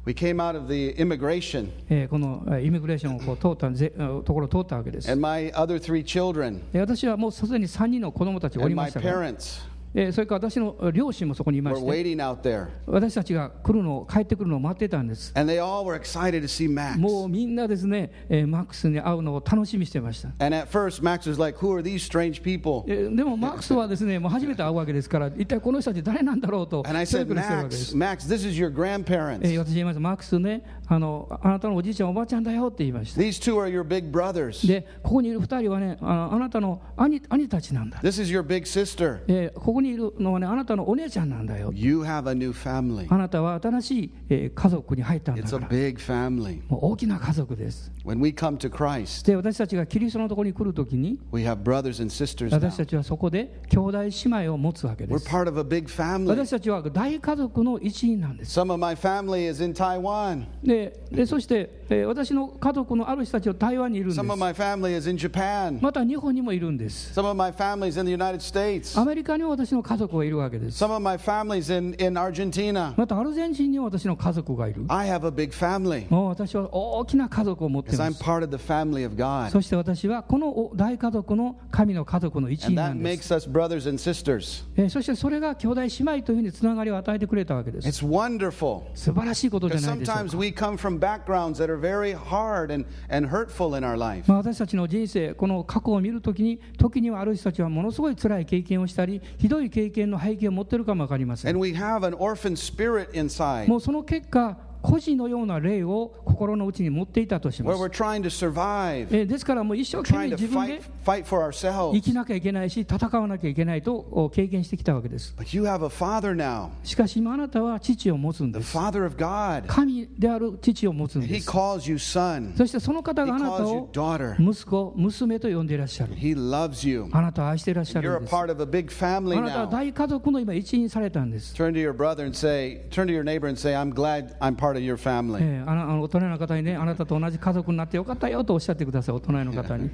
we came out of the immigration, えーこのえーイミグレーションをこう通ったぜえーところを通ったわけです and my other three children で私はもうすでに3人の子供たちがおり and ま my したから、 parents えーそれから私のえー両親もそこにいま were して waiting out there, 私たちが来るのを帰ってくるのを待ってたんです。 and they all were excited to see Max. もうみんなですね、えーマックスに会うのを楽しみにしてました。 And at first, Max was like, "Who are these strange people?" えーでもマックスはですね、もう初めて会うわけですから、一体この人たち誰なんだろうと、 And I く said, くしてるわけで "Max, す。 Max, this is your え grandparents. ー私言います、マックスねあの、ああなたのおじいちゃん、おばあちゃんだよって言いました。 These two are your big brothers. で、ここにいる2人はね、あのあなたの兄兄たちなんだ、 This is your big sister. えーここにいるのはね、あなたのお姉ちゃんなんだよ。 You have a new family. あなたは新しい、えー家族に入ったんだ It's か a ら、 big family. もう大きな家族です。 When we come to Christ, で、私たちがキリストのところに来るときに、 we have brothers and sisters. now. 私たちはそこで兄弟姉妹を持つわけで We're す。 part of a big family. 私たちは大家族の一員なんです。 Some of my family is in Taiwan. で、でそして、えー私の家族のある人たちは台湾にいるんです Some。of my family is in Japan. また日本にもいるんです。 Some of my family is in the United States. アメリカにも私の家族がいるわけです。 Some of my family is in, in Argentina. またアルゼンチンにも私の家族がいる。 I have a big family もう私は大きな家族を持ってい because ま I'm す。 part of the family of God. そして私はこの大家族の神の家族の一員 And な that んで makes す。us brothers and sisters. えーそしてそれが兄弟姉妹というふうにつながりを与えてくれたわけです。 It's wonderful. 素晴らしいことじゃ Because ないでしょう sometimes。か we come from backgrounds that are very hard and, and hurtful in our life. まあ、私たちの人生、この過去を見るときに、時にはある人たちはものすごい辛い経験をしたり、ひどい経験の背景を持っているかも分かりません。 And we have an orphan spirit inside もうその結果、孤児のような霊を心の内に持っていたとしま where す。 we're trying to survive, えーですから、もう一生懸命 trying to 自分で fight, fight for 生 ourselves. きなきゃいけないし、戦わなきゃいけないとお経験してきたわけです。 But you have a father now, しかし、今あなたは父を持つん the です。 father of God. 神である父を持つん And he です。 calls you son, そしてその方 he があなた calls you を daughter. 息子、娘と呼んでいらっしゃる。 He loves you. あなたを愛していらっしゃ You're るん a です。 part of a big family あなたは now. 大家族の今一員されたんです。 Turn to your brother and say, turn to your neighbor and say, I'm glad I'm part of your family. ええあのあの大人の方にね、あなたと同じ家族になってよかったよとおっしゃってください、大人の 方に。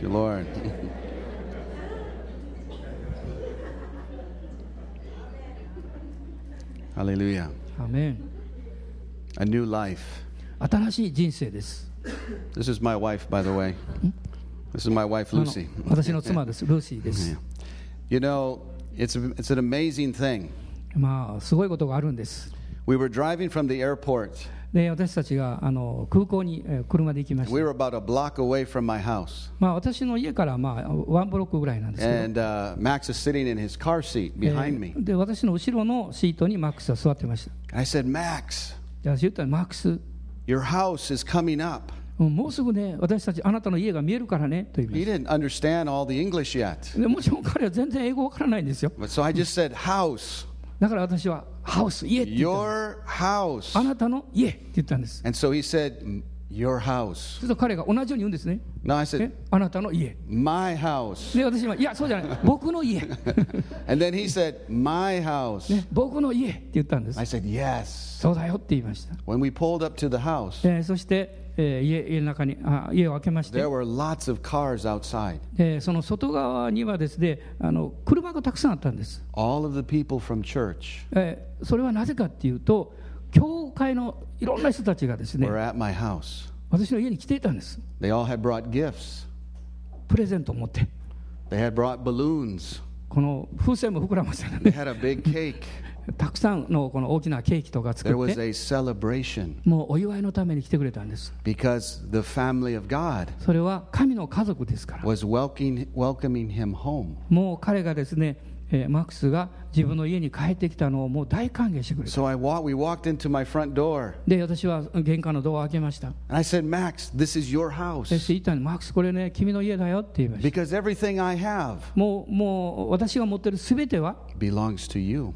Thank you, Lord. Hallelujah. アメン A new life. 新しい人生です。 This is my wife, by the way. This is my wife, あの Lucy. 私の妻です、ルーシーです Yeah.。You know, it's, it's an amazing thing まあ、すごいことがあるんです。 We were driving from the airport. で私たちがあの空港にえー車で行きました We were about a block away from my house. まあ、私の家からまあワンブロックぐらいなんですけど And uh, Max is sitting in his car seat え behind me. ーで私の後ろのシートにマックスは座ってました I said, Max, で私言ったらマックス your house is coming up. うんもうすぐね私たちあなたの家が見えるからねと言いま He し didn't understand all the English yet. たでもちろん彼は全然英語わからないんですよ But so I just said, house, だから私はハウス家って言ったんで your house. すあなたの家って言ったんです And so he said, your house. すると彼が同じように言うんですね No, I え said, あなたの家 my house. で私はいやそうじ ゃない僕の家 And then he said, my house. ね僕の家って言ったんです I said, yes. そうだよって言いました When we pulled up to the house, えーそして、えー家家の中にあ家を開けまして there were lots of cars outside. でその外側にはですねあの車がたくさんあったんです、 All of the people from church えーそれはなぜかっていうと教会のいろんな人たちがですね were at my house. 私の家に来ていたんです They all had brought gifts. プレゼントを持って They had brought balloons. この風船も膨らませた They had a big cake. たくさんのこの大きなケーキとか There 作っ was て a celebration もうお祝いのために来てくれたんです because the family of God それは神の家族ですから was welcoming, welcoming him home. もう彼がですね、えーマックスが自分の家に帰ってきたのをもう大歓迎してくれた So I walked, we walked into my front door で私は玄関のドアを開けました and I said, Max, this is your そし house て言ったのマックスこれね君の家だよって言いました because everything I have もうもう私が持ってるすべては belongs to you.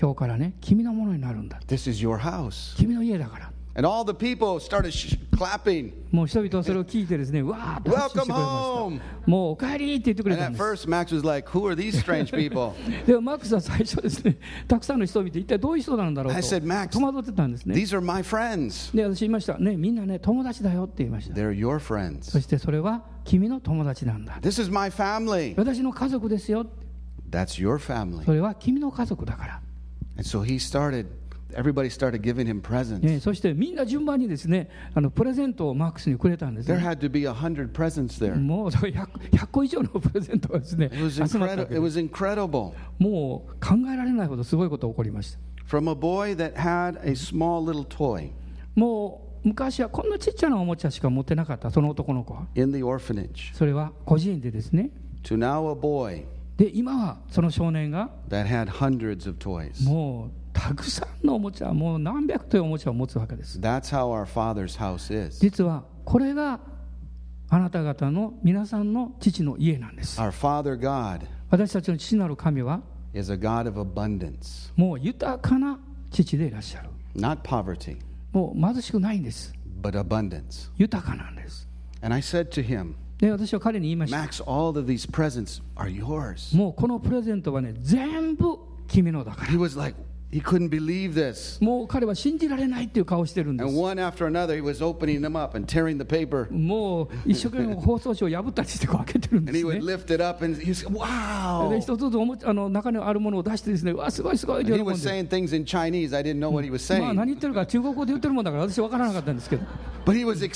今日からね君のものになるんだ This is your house. 君の家だから And all the people started sh- clapping. もう人々はそれを聞いてですねわーっと拍手してく Welcome れま home. したもうお帰りって言ってくれ And たん at で first, す Max was like, Who are these strange people? でマックスは最初ですね たくさんの人を見て一体どういう人なんだろう I と said, Max, 戸惑ってたんですね these are my friends. で私言いましたねみんなね友達だよって言いました They're your そ friends. してそれは君の友達なんだ This is my family. 私の家族ですよ That's your family. それは君の家族だから And so he started, everybody started giving him ね presents. そしてみんな順番にですねあのプレゼントをマックスにくれたんです There ね had to be a hundred presents there. もうそれ 100, 100個以上のプレゼントがですね It was, 集まったわ incredible. け it です was incredible. もう考えられないほどすごいことが起こりました From a boy that had a small little toy もう昔はこんなちっちゃなおもちゃしか持ってなかったその男の子は in the orphanage それは個人でですね to now a boy で今はその少年が that had hundreds of toys. もうたくさんのおもちゃもう何百というおもちゃを持つわけです That's how our Father's house is. 実はこれがあなた方の皆さんの父の家なんです Our Father God 私たちの父なる神は is a God of abundance, もう豊かな父でいらっしゃる not poverty, もう貧しくないんです but abundance. 豊かなんです And I said to him, で私は彼に言いました Max, all of these presents are yours. もうこのプレゼントはね全部君のだから He was like, he couldn't believe this. もう彼は信じられないっていう顔してるんで And す one after another, he was opening them up and tearing the paper. もう一生懸命放送紙を破ったりしてこう開けてるん And で he す would ね lift it up and he said, で Wow. 一つずつおもあの中にあるものを出してですねうわすごいすごいっ And he て喜ん was で saying things in Chinese. I didn't know what he was まあ何 saying. 言ってるか中国語で言ってるもんだから私分からなかったんですけど But he was で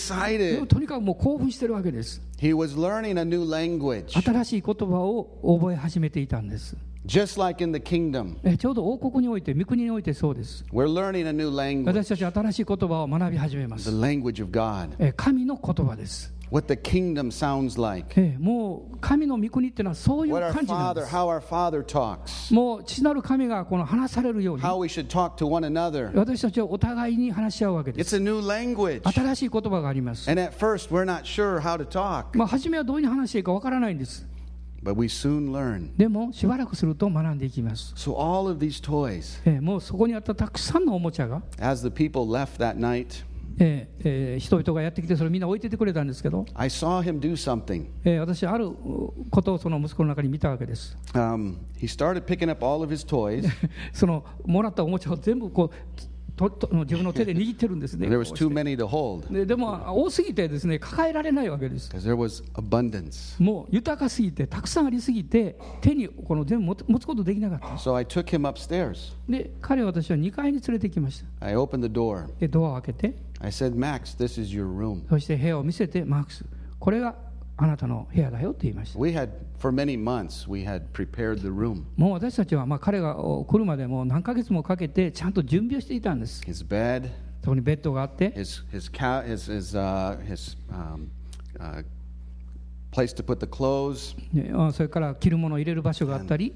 も excited. とにかくもう興奮してるわけです He was learning a new language, 新しい言葉を覚え始めていたんです just like in the kingdom. えちょうど王国において御国においてそうです We're learning a new language, 私たち新しい言葉を学び始めま the す language of God, え神の言葉です what the kingdom sounds like, ええもう神の御国っていうのはそういう what our 感じなんで Father, す。 how our Father talks, もう父なる神がこの話されるように how we should talk to one another. 私たちはお互いに話し合うわけです。 It's a new language. 新しい言葉があります。 And at first, we're not sure how to talk, まあ初めはどういうふうに話していいかわからないんです。 but we soon learn. でもしばらくすると学んでいきます。 So, all of these toys, ええもうそこにあったたくさんのおもちゃが、 as the people left that night, ええええ人々がやってきてそれみんな置いててくれたんですけど、 I saw him do something. ええ私はあるうことをその息子の中に見たわけです。 Um, he started picking up all of his toys. そのもらったおもちゃを全部こうとと自分の手で握ってるんですね。 There was こうして too many to hold ででも多すぎてですね抱えられないわけです because there was abundance. もう豊かすぎてたくさんありすぎて手にこの全部持つ持つことできなかった So I took him upstairs. で彼を私は2階に連れてきました I opened the door. でドアを開けて I said, Max, this is your room. そして部屋を見せてマークスこれがあなたの部屋だよと言いました We had, for many months, we had prepared the room もう私たちはまあ彼がお来るまでもう何ヶ月もかけてちゃんと準備をしていたんです his bed, そこにベッドがあって his, his, cow, his, his, uh, his um, uh, place to put the clothes. ねあそれから着るものを入れる場所があったり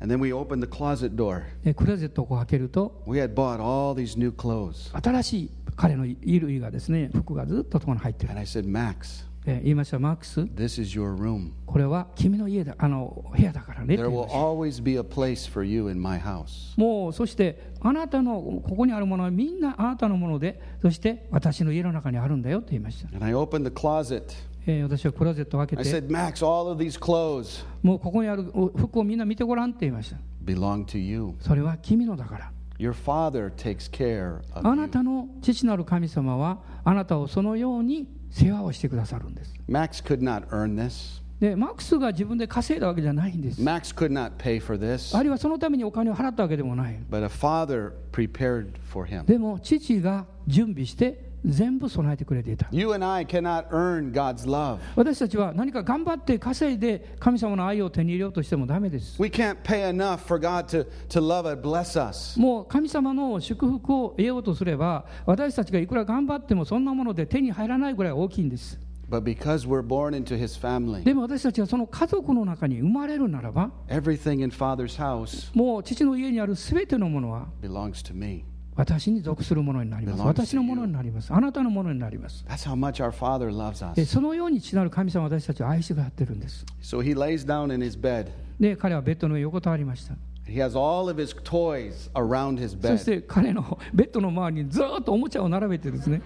And then we opened the closet door. えクローゼットをこう開けると We had bought all these new clothes. 新しい彼の衣類がですね服がずっとそこに入ってる And I said, Max, え言いましたマックス this is your room. これは君の家だあの部屋だからねって There 言いま will した always be a place for you in my house. もうそしてあなたのここにあるものはみんなあなたのものでそして私の家の中にあるんだよと言いました、 And I opened the closet. えー私はクローゼットを開 I けて said, Max, all of these clothes もうここにあるお服をみんな見てごらんって言いました belong to you. それは君のだから Your father takes care あ of な you. たの父なる神様はあなたをそのように世話をしてくださるんです Max could not earn this. でマックスが自分で稼いだわけじゃないんです Max could not pay for this. あるいはそのためにお金を払ったわけでもない But a father prepared for him. でも父が準備して全部備えてくれていた You and I cannot earn God's love. 私たちは何か頑張って稼いで神様の愛を手に入れようとしてもダメです We can't pay enough for God to, to love and bless us. もう神様の祝福を得ようとすれば私たちがいくら頑張ってもそんなもので手に入らないぐらい大きいんです But because we're born into his family, でも私たちはその家族の中に生まれるならば everything in father's house もう父の家にある全てのものは belongs to me. 私に属するものになります Belongs to 私のものになりますあなたのものになります That's how much our father loves で us. そのように父なる神様は私たちを愛してくださってるんです So he lays down in his bed. で彼はベッドの上に横たわりました He has all of his toys around his そし bed. て彼のベッドの周りにずーっとおもちゃを並べてですね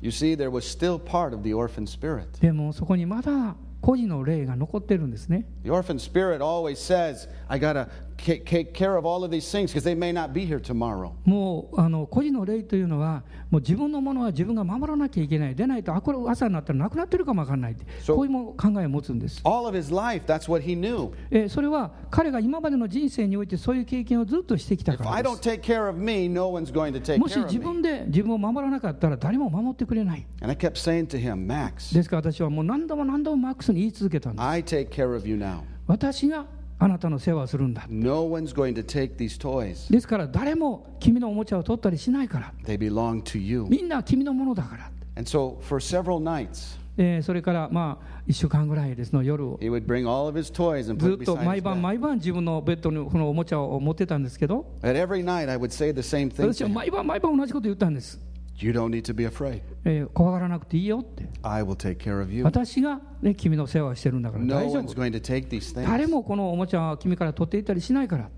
You see, there was still part of the orphan spirit. でもそこにまだ孤児の霊が残ってるんですね The orphan spirit always says, I got to take care of all of these things because they may not be here tomorrow. もうあの孤児の霊というのは、もう自分のものは自分が守らなきゃいけない、でないと、あこれ朝になったらなくなってるかもわかんないって、そうこういうも考えを持つんです、 All of his life, that's what he knew. えーそれは彼が今までの人生においてそういう経験をずっとしてきた If か I らで don't take care of me, no one's going to す、 take もし care 自 of me. 分で自分を守らなかったら、誰も守ってくれない、 And I kept saying to him, Max, ですから私はもう何度も何度もマックスに言い続けたんです、 I take care of you now. 私があなたの世話をするんだ、 No one's going to take these toys. ですから誰も君のおもちゃを取ったりしないから、 They belong to you. みんな君のものだから。 And so for several nights, えーそれからまあ1週間ぐらいですの夜を he would bring all of his toys and ず put っと beside his 毎晩 bed. 毎晩自分のベッドにこのおもちゃを持ってたんですけど And every night I would say the same thing 私 to は him. 毎晩毎晩同じこと言ったんです、 You don't need to be afraid. えー怖がらなくていいよって I will take care of you. 私が、ね、君の世話をしてるんだから No 大丈 one's 夫 going to take these 誰 things. もこのおもちゃは君から取っていったりしないから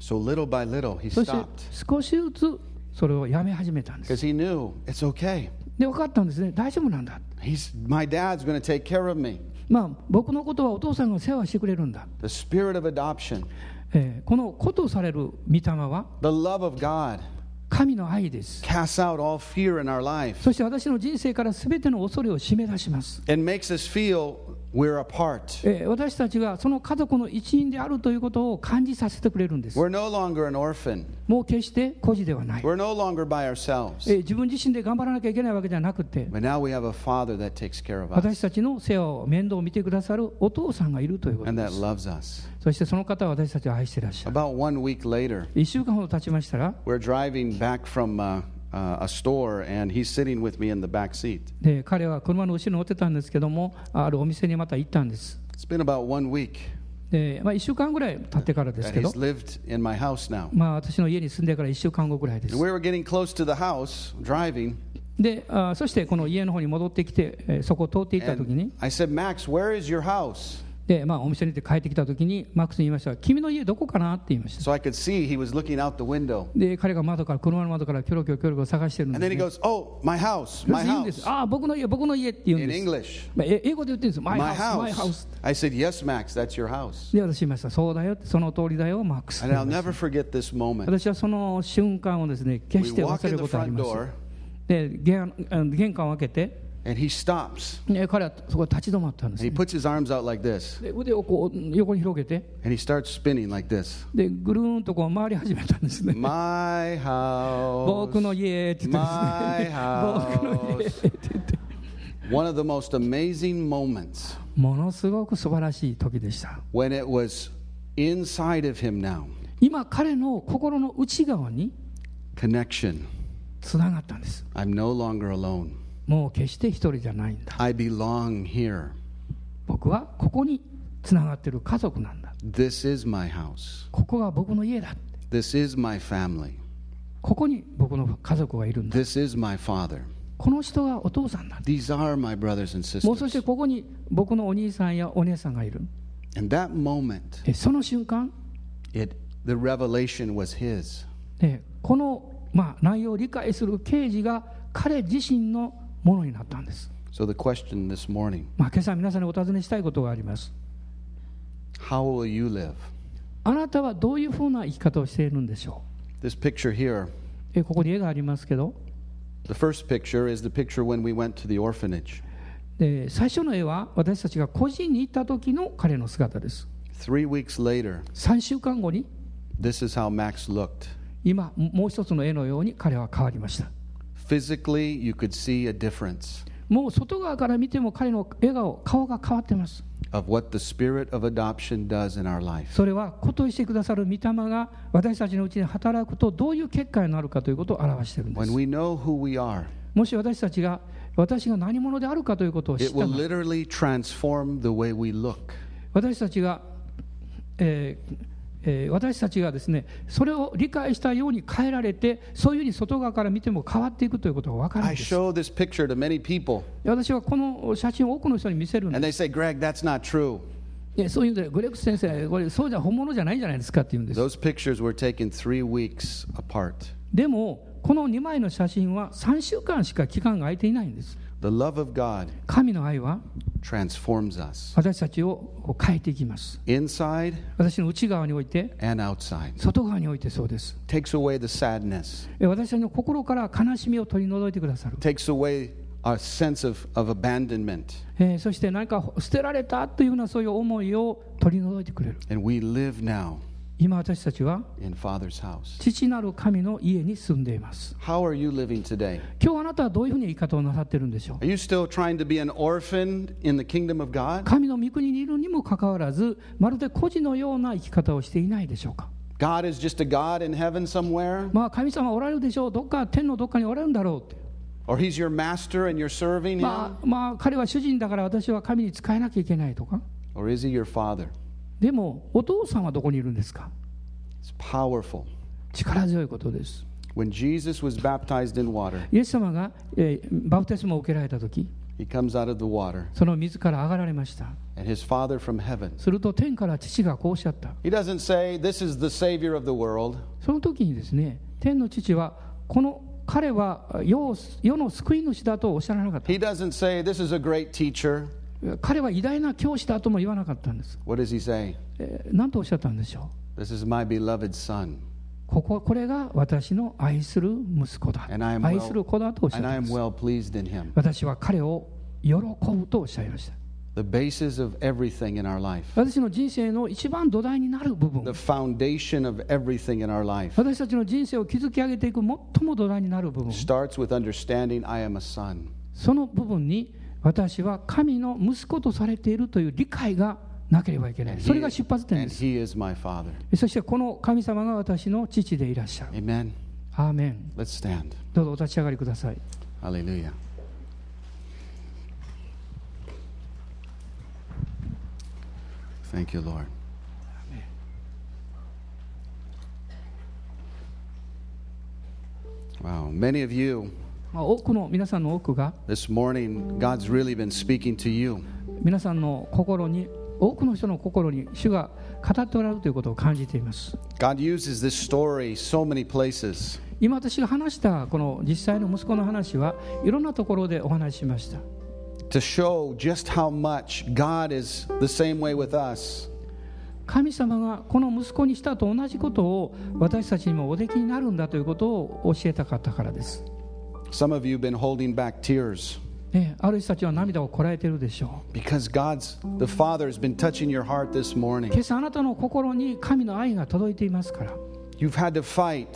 So little by little, he そして stopped 少しずつそれをやめ始めたんです because he knew it's okay. で分かったんですね大丈夫なんだ He's, my dad's going to take care of me. まあ僕のことはお父さんが世話してくれるんだ、 The spirit of adoption, えーこの子とされる御霊は the love of God. 神の愛です。 casts out all fear in our life そして私の人生から全ての恐れを締め出します。 and makes us feel we're apart. えー私たちがその家族の一員であるということを感じさせてくれるんです。 We're no longer an orphan. もう決して孤児ではない。 We're no longer by え ourselves. ー自分自身で頑張らなきゃいけないわけじゃなくて、 But now we have a father that takes care of us 私たちの世話を面倒を見てくださるお父さんがいるということ and で that す。 loves us. そしてその方は私たちを愛していらっしゃる。 About one week later, 1週間ほど経ちましたら、 we're driving back from uh, uh, a store and he's sitting with me in the back seat. で彼は車の後ろに乗ってたんですけども、あるお店にまた行ったんです。 It's been about one week でまあ、1週間ぐらい経ってからです that けど he's、lived in my house now. まあ、私の家に住んでから1週間後ぐらいです And。we were getting close to the house, driving, であーそしてこの家の方に戻ってきて、えーそこを通っていったときに and、I said, Max, where is your house? で、まあ、お店に行って帰ってきたときに、マックスに言いました、君の家どこかなって言いまし So た。I could see he was looking out the window. で、彼が窓から、車の窓からキョロキョロキョロキョロ探してるんで And す、 then he ね。 goes, Oh, my house, my まず言うんです。 house. ああ、僕の家、僕の家って言うん In です。 English, まあ、え英語で言ってるんです。マイ my ハウス、マイハウ house. ス。 I said, Yes, Max, that's your house. で、私言いました。そうだよって、その通りだよ、マックス。 And I'll never forget this moment. 私はその瞬間をですね、決 We して忘 walk れ in る the ことはあり front ま door, せん。で、玄あの玄関を開けて、 and he stops. で彼はそこで立ち止まったん And です he ね、 puts his arms out like this, で腕をこう横に広げて、 and he starts spinning like this. でぐるーんとこう回り始めたんですね。 My 僕 house, の家って言ってです my ね。僕の家 house. って言って。 One of the most amazing moments ものすごく素晴らしい時でした when it was inside of him now 今彼の心の内側に connection. つながったんです I'm no longer alone. もう決して一人じゃないんだ I belong here. 僕はここにつながってる家族なんだ This is my house. ここが僕の家だ This is my family. ここに僕の家族がいるんだ This is my father. この人がお父さんだ These are my brothers and もうそ sisters. してここに僕のお兄さんやお姉さんがいる And that moment, えその瞬間 it the revelation was his. えこの、まあ、内容を理解する刑事が彼自身のものになったんです、 So the question this morning, まあ、今朝皆さんにお尋ねしたいことがあります how will you live? あなたはどういうふうな生き方をしているんでしょ This picture here, うえここに絵がありますけど the first picture is the picture when we went to the orphanage. で最初の絵は私たちが個人に行った時の彼の姿です Three weeks later, 3週間後に this is how Max looked. 今もう一つの絵のように彼は変わりました Physically, you could see a difference もう外側から見ても彼の笑顔顔が変わってます of what the spirit of adoption does in our life. それは子としてくださる御霊が私たちのうちに働くとどういう結果になるかということを表しているんです When we know who we are, もし私たちが私が何者であるかということを知っ it た will ら literally transform the way we look. 私たちが、えーえー私たちがですねそれを理解したように変えられてそういうふうに外側から見ても変わっていくということが分かるん I です show this picture to many people, 私はこの写真を多くの人に見せるん and they で say, Greg, that's not true. でそういうんでグレックス先生これそうじゃ本物じゃないんじゃないですかって言うんです Those pictures were taken three weeks apart. でもこの2枚の写真は3週間しか期間が空いていないんです The love of God 神の愛は transforms us 私たちを変えていきます inside 私の内側において and outside, 外側においてそうです takes away the sadness, え私たちの心から悲しみを取り除いてくださる、 takes away our sense of, of abandonment, えーそして何か捨てられたというようなそういう思いを取り除いてくれる and we live now 今私たちは in Father's house. 父なる神の家に住んでいます How are you living today? 今日あなたはどういうふうに生き方をなさってるんでしょう Are you still trying to be an orphan in the kingdom of God? 神の御国にいるにもかかわらずまるで孤児のような生き方をしていないでしょうか God is just a God in heaven somewhere? まあ神様おられるでしょうどっか天のどっかにおられるんだろうって Or He's your master and you're serving Him? まあまあ彼は主人だから私は神に仕えなきゃいけないとか Or is He your father? でもお父さんはどこにいるんですか It's powerful. 力強いことです When Jesus was baptized in water, イエス様が、えーバプテスマを受けられた時 He comes out of the water, その自ら上がられました and His Father from heaven. すると天から父がこうおっしゃった He doesn't say, This is the Savior of the world. その時にですね天の父はこの彼は世を世の救い主だとおっしゃらなかった He doesn't say, This is a great teacher. 彼は偉大な教師だとも言わなかったんです、 What does He say? えー、何とおっしゃったんでしょ This is my beloved Son, うこここれが私の愛する息子だ And I am well- 愛する子だとおっしゃっ and I たん am です well pleased in Him. 私は彼を喜ぶとおっしゃいました The basis of everything in our life. 私の人生の一番土台になる部分 the foundation of everything in our life 私たちの人生を築き上げていく最も土台になる部分 starts with understanding I am a son. その部分に私は神の息子とされているという理解がなければいけない And それが出発 he, 点 and です he is my father. そしてこの神様が私の父でいらっしゃる Amen. アーメン Let's stand. どうぞお立ち上がりください Hallelujah. Thank you, Lord. Wow. Many of you まあ多くの皆さんの多くが this morning, God's really been speaking to you. 皆さんの心に多くの人の心に主が語っておられるということを感じています God uses this story so many places. 今私が話したこの実際の息子の話はいろんなところでお話ししました to show just how much God is the same way with us. 神様がこの息子にしたと同じことを私たちにもおできになるんだということを教えたかったからです、 Some of you have been holding back tears ね、ある人たちは涙をこらえてるでしょ because God's the Father has been touching your heart this う morning. 今朝あなたの心に神の愛が届いていますから You've had to fight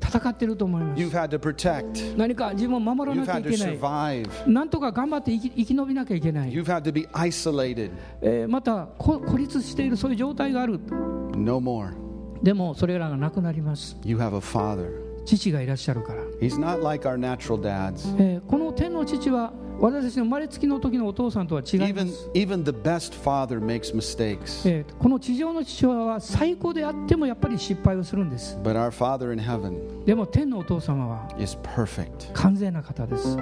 戦ってると思います You've had to protect. 何か自分を守ら You've なきゃい had to けない。 survive. なんとか頑張って生き生き延びなきゃいけない。 You've had to be isolated. えーまたこ孤立しているそういう状態がある。 No more. でもそれらがなくなります。 You have a father. 父がいらっしゃるから。 He's not like our natural dads. えーこの天の父は私たちの生まれつきの時のお父さんとは違いま Even す。 even the best father makes mistakes. えーこの地上の父親は最高であってもやっぱり失敗をするんです。 But our father in heaven でも天のお父様は is perfect. 完全な方です。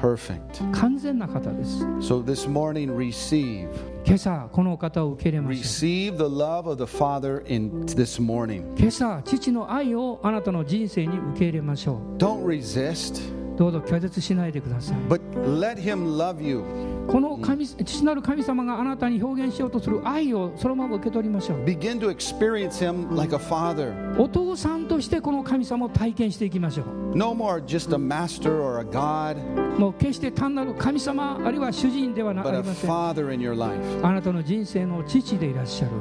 Perfect. 完全な方です。 So this morning receive. 今朝このお方を受け入れました。 Receive the love of the Father in this morning. 今朝父の愛をあなたの人生に受け入れましょう。 Don't resist, どうぞ拒絶しないでください but let him love you. この神父なる神様があなたに表現しようとする愛をそのまま受け取りましょう Begin to experience him like a father. お父さんとしてこの神様を体験していきましょう No more just a master or a god, もう決して単なる神様あるいは主人ではな but あり a ませんあ father in your life. なたの人生の父でいらっしゃる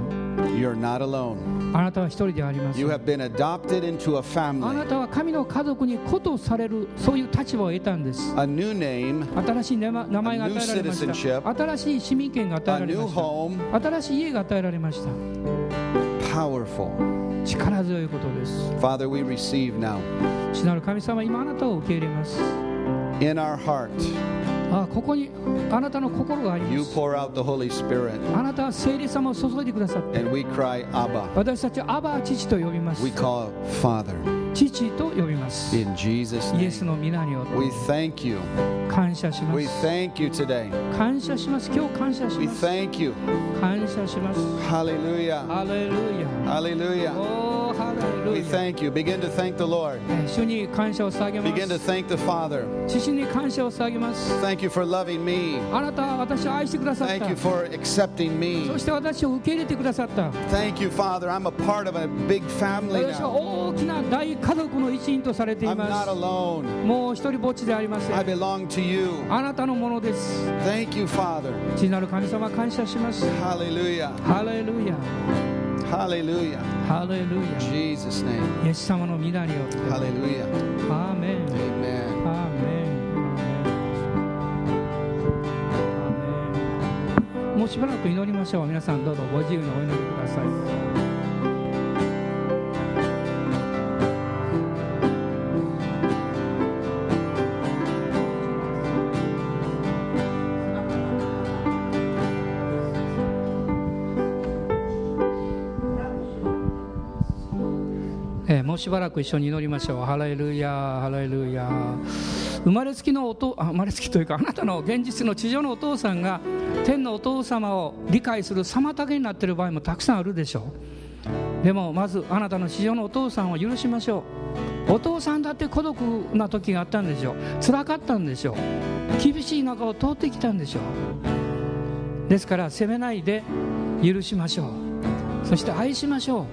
You're not alone. あなたは一人ではありませ You ん have been adopted into a あ family. なたは神の家族に子とされるそういう立場を得たんです a new name, 新しい名前名前が与えられ A new まし citizenship. た新しい市民権が与え a られ new まし home, た新しい家が与えられました powerful. 力強いことです Father, we receive now 父なる神様今あなたを受け入れます in our heart. あここにあなたの心があり You ます pour out the Holy Spirit, あなたは聖霊様を注いでくださって and we cry, Abba. 私たちはアバ父と呼びます We call Father 父と呼びます in Jesus' イエス name. の皆によっ We て thank you. 感謝しま We す thank you today. 感謝します今日感謝し We ます thank you. 感謝します Hallelujah. ハレルヤ Hallelujah. おーハレ We ルヤ thank you. Begin to thank the Lord. え主に感謝を捧げ Begin to ます thank the Father. 父に感謝を捧げます Thank you for loving me. あなたは私を愛してくださっ Thank た you for accepting me. そして私を受け入れてくださった Thank you, Father. I'm a part of a big family 私は now. 大きな大家族の一員とされてい I'm ます not alone. もう一人ぼっちではありません I。belong to you. あなたのものです。 Thank you, Father. 父なる神様、感謝します。 Hallelujah. ハレルヤ、 Hallelujah. ハレル In ヤ。 Jesus' name. イエス様の皆によって。 Hallelujah. アーメ Amen. ン。アーメン。アーメン。もうしばらく祈りましょう。皆さん、どうぞご自由にお祈りください。えーもうしばらく一緒に祈りましょう。ハレルヤハレルヤ生まれつきのおとあ生まれつきというかあなたの現実の地上のお父さんが天のお父様を理解する妨げになっている場合もたくさんあるでしょうでもまずあなたの地上のお父さんを許しましょうお父さんだって孤独な時があったんでしょう辛かったんでしょう厳しい中を通ってきたんでしょうですから責めないで許しましょうそして愛しましょう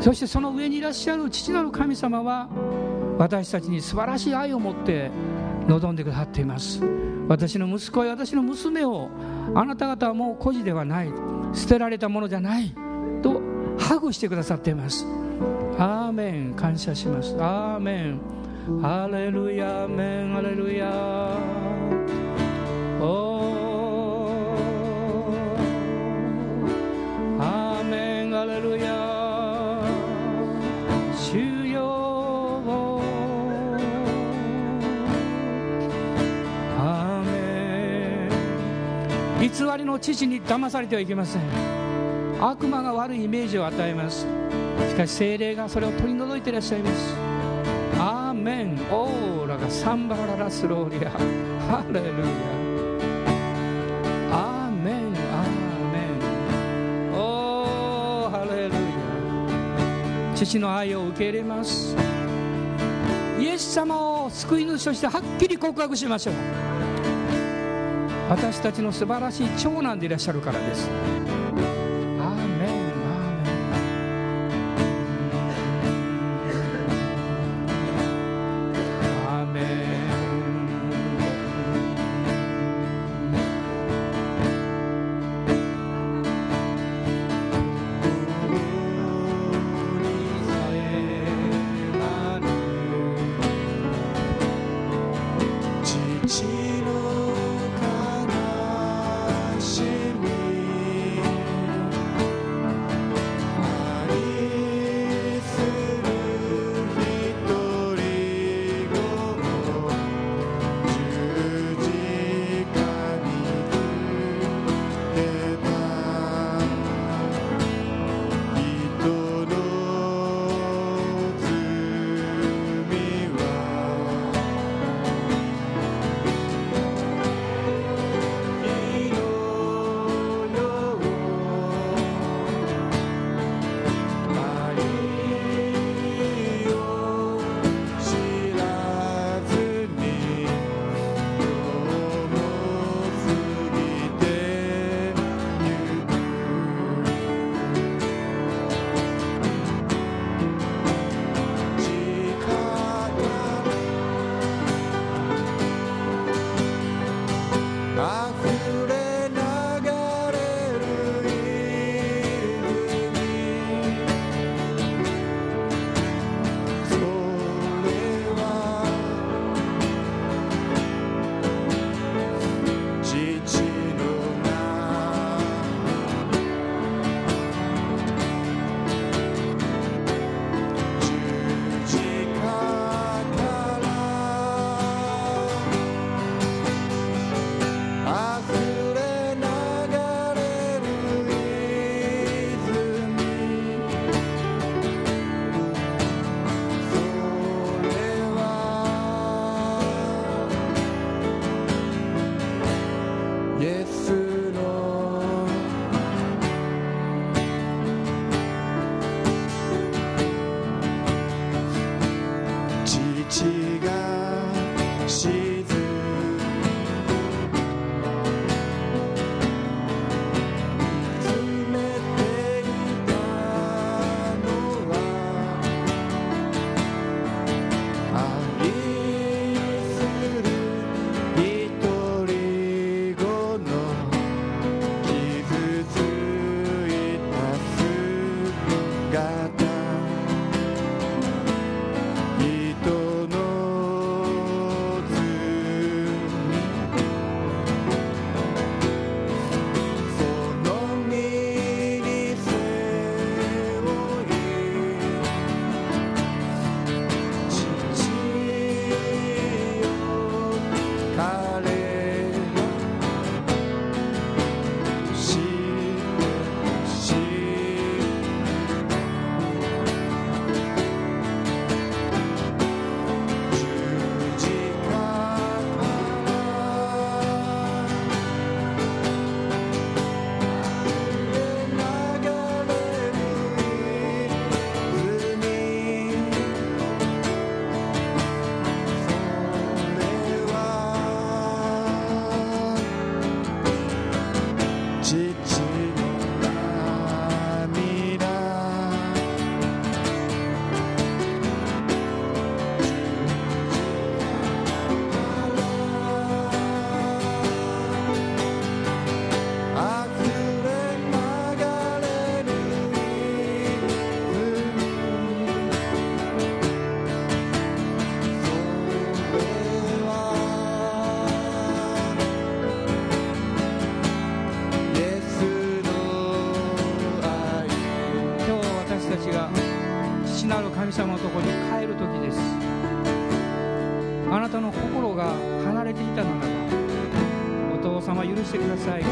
そしてその上にいらっしゃる父なる神様は私たちに素晴らしい愛を持って望んでくださっています私の息子や私の娘をあなた方はもう孤児ではない捨てられたものじゃないとハグしてくださっていますアーメン感謝しますアーメンハレルヤアーメンハレルヤおーアーメンアレルヤ主よアーメン偽りの父に騙されてはいけません悪魔が悪いイメージを与えますしかし精霊がそれを取り除いていらっしゃいますアーメンオーラがサンバララスローリアハレルヤアーメンアーメンおーハレルヤ父の愛を受け入れますイエス様を救い主としてはっきり告白しましょう私たちの素晴らしい長男でいらっしゃるからですアーメンアーメンアーメンIsrael, Maria. 神様のところに帰る時ですあなたの心が離れていたならばお父様許してください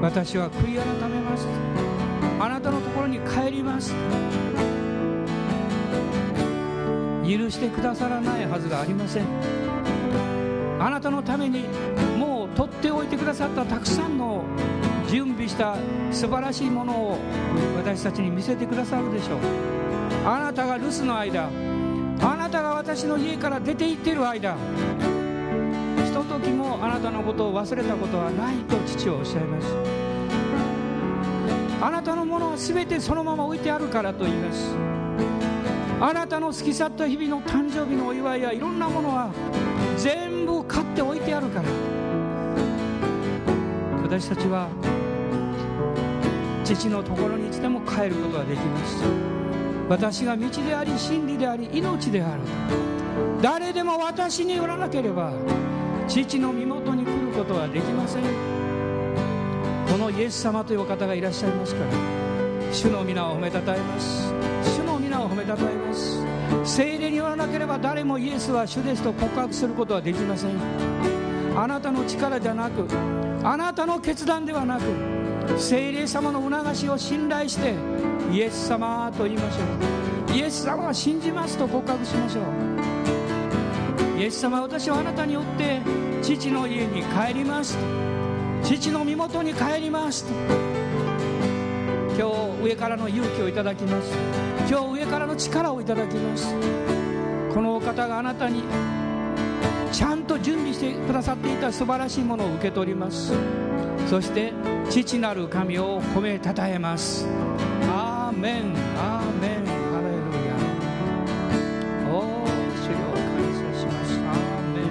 私は悔い改めますあなたのところに帰ります許してくださらないはずがありませんあなたのためにもう取っておいてくださったたくさんの準備した素晴らしいものを私たちに見せてくださるでしょうあなたが留守の間あなたが私の家から出て行っている間ひとときもあなたのことを忘れたことはないと父はおっしゃいますあなたのものは全てそのまま置いてあるからと言いますあなたの過ぎ去った日々の誕生日のお祝いやいろんなものは全部買って置いてあるから私たちは父のところにいつでも帰ることができます私が道であり真理であり命である誰でも私によらなければ父の身元に来ることはできませんこのイエス様というお方がいらっしゃいますから主の皆を褒めたたえます主の皆を褒めたたえます聖霊によらなければ誰もイエスは主ですと告白することはできませんあなたの力じゃなくあなたの決断ではなく聖霊様の促しを信頼してイエス様と言いましょうイエス様は信じますと告白しましょうイエス様私はあなたによって父の家に帰ります父の身元に帰ります今日上からの勇気をいただきます今日上からの力をいただきますこのお方があなたにちゃんと準備してくださっていた素晴らしいものを受け取りますそして父なる神を褒めたたえますアーメンアーメンハレルヤおお主よ感謝しますアーメン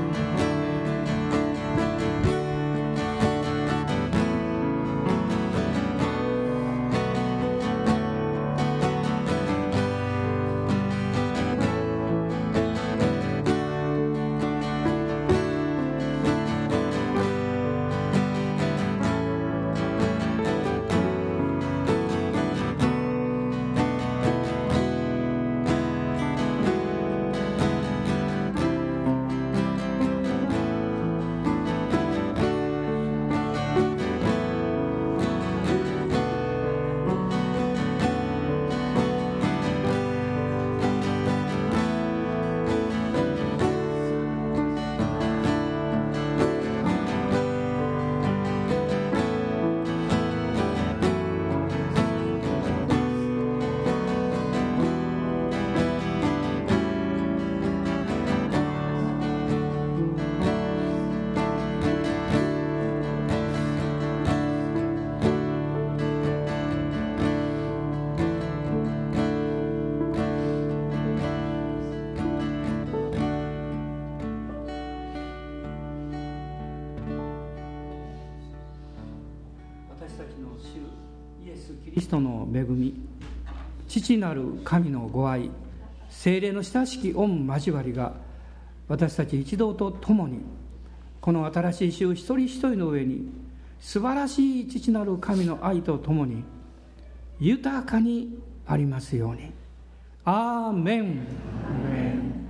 私たちの主イエス・キリストの恵み父なる神のご愛精霊の親しき御交わりが私たち一同と共にこの新しい週一人一人の上に素晴らしい父なる神の愛と共に豊かにありますように。アーメン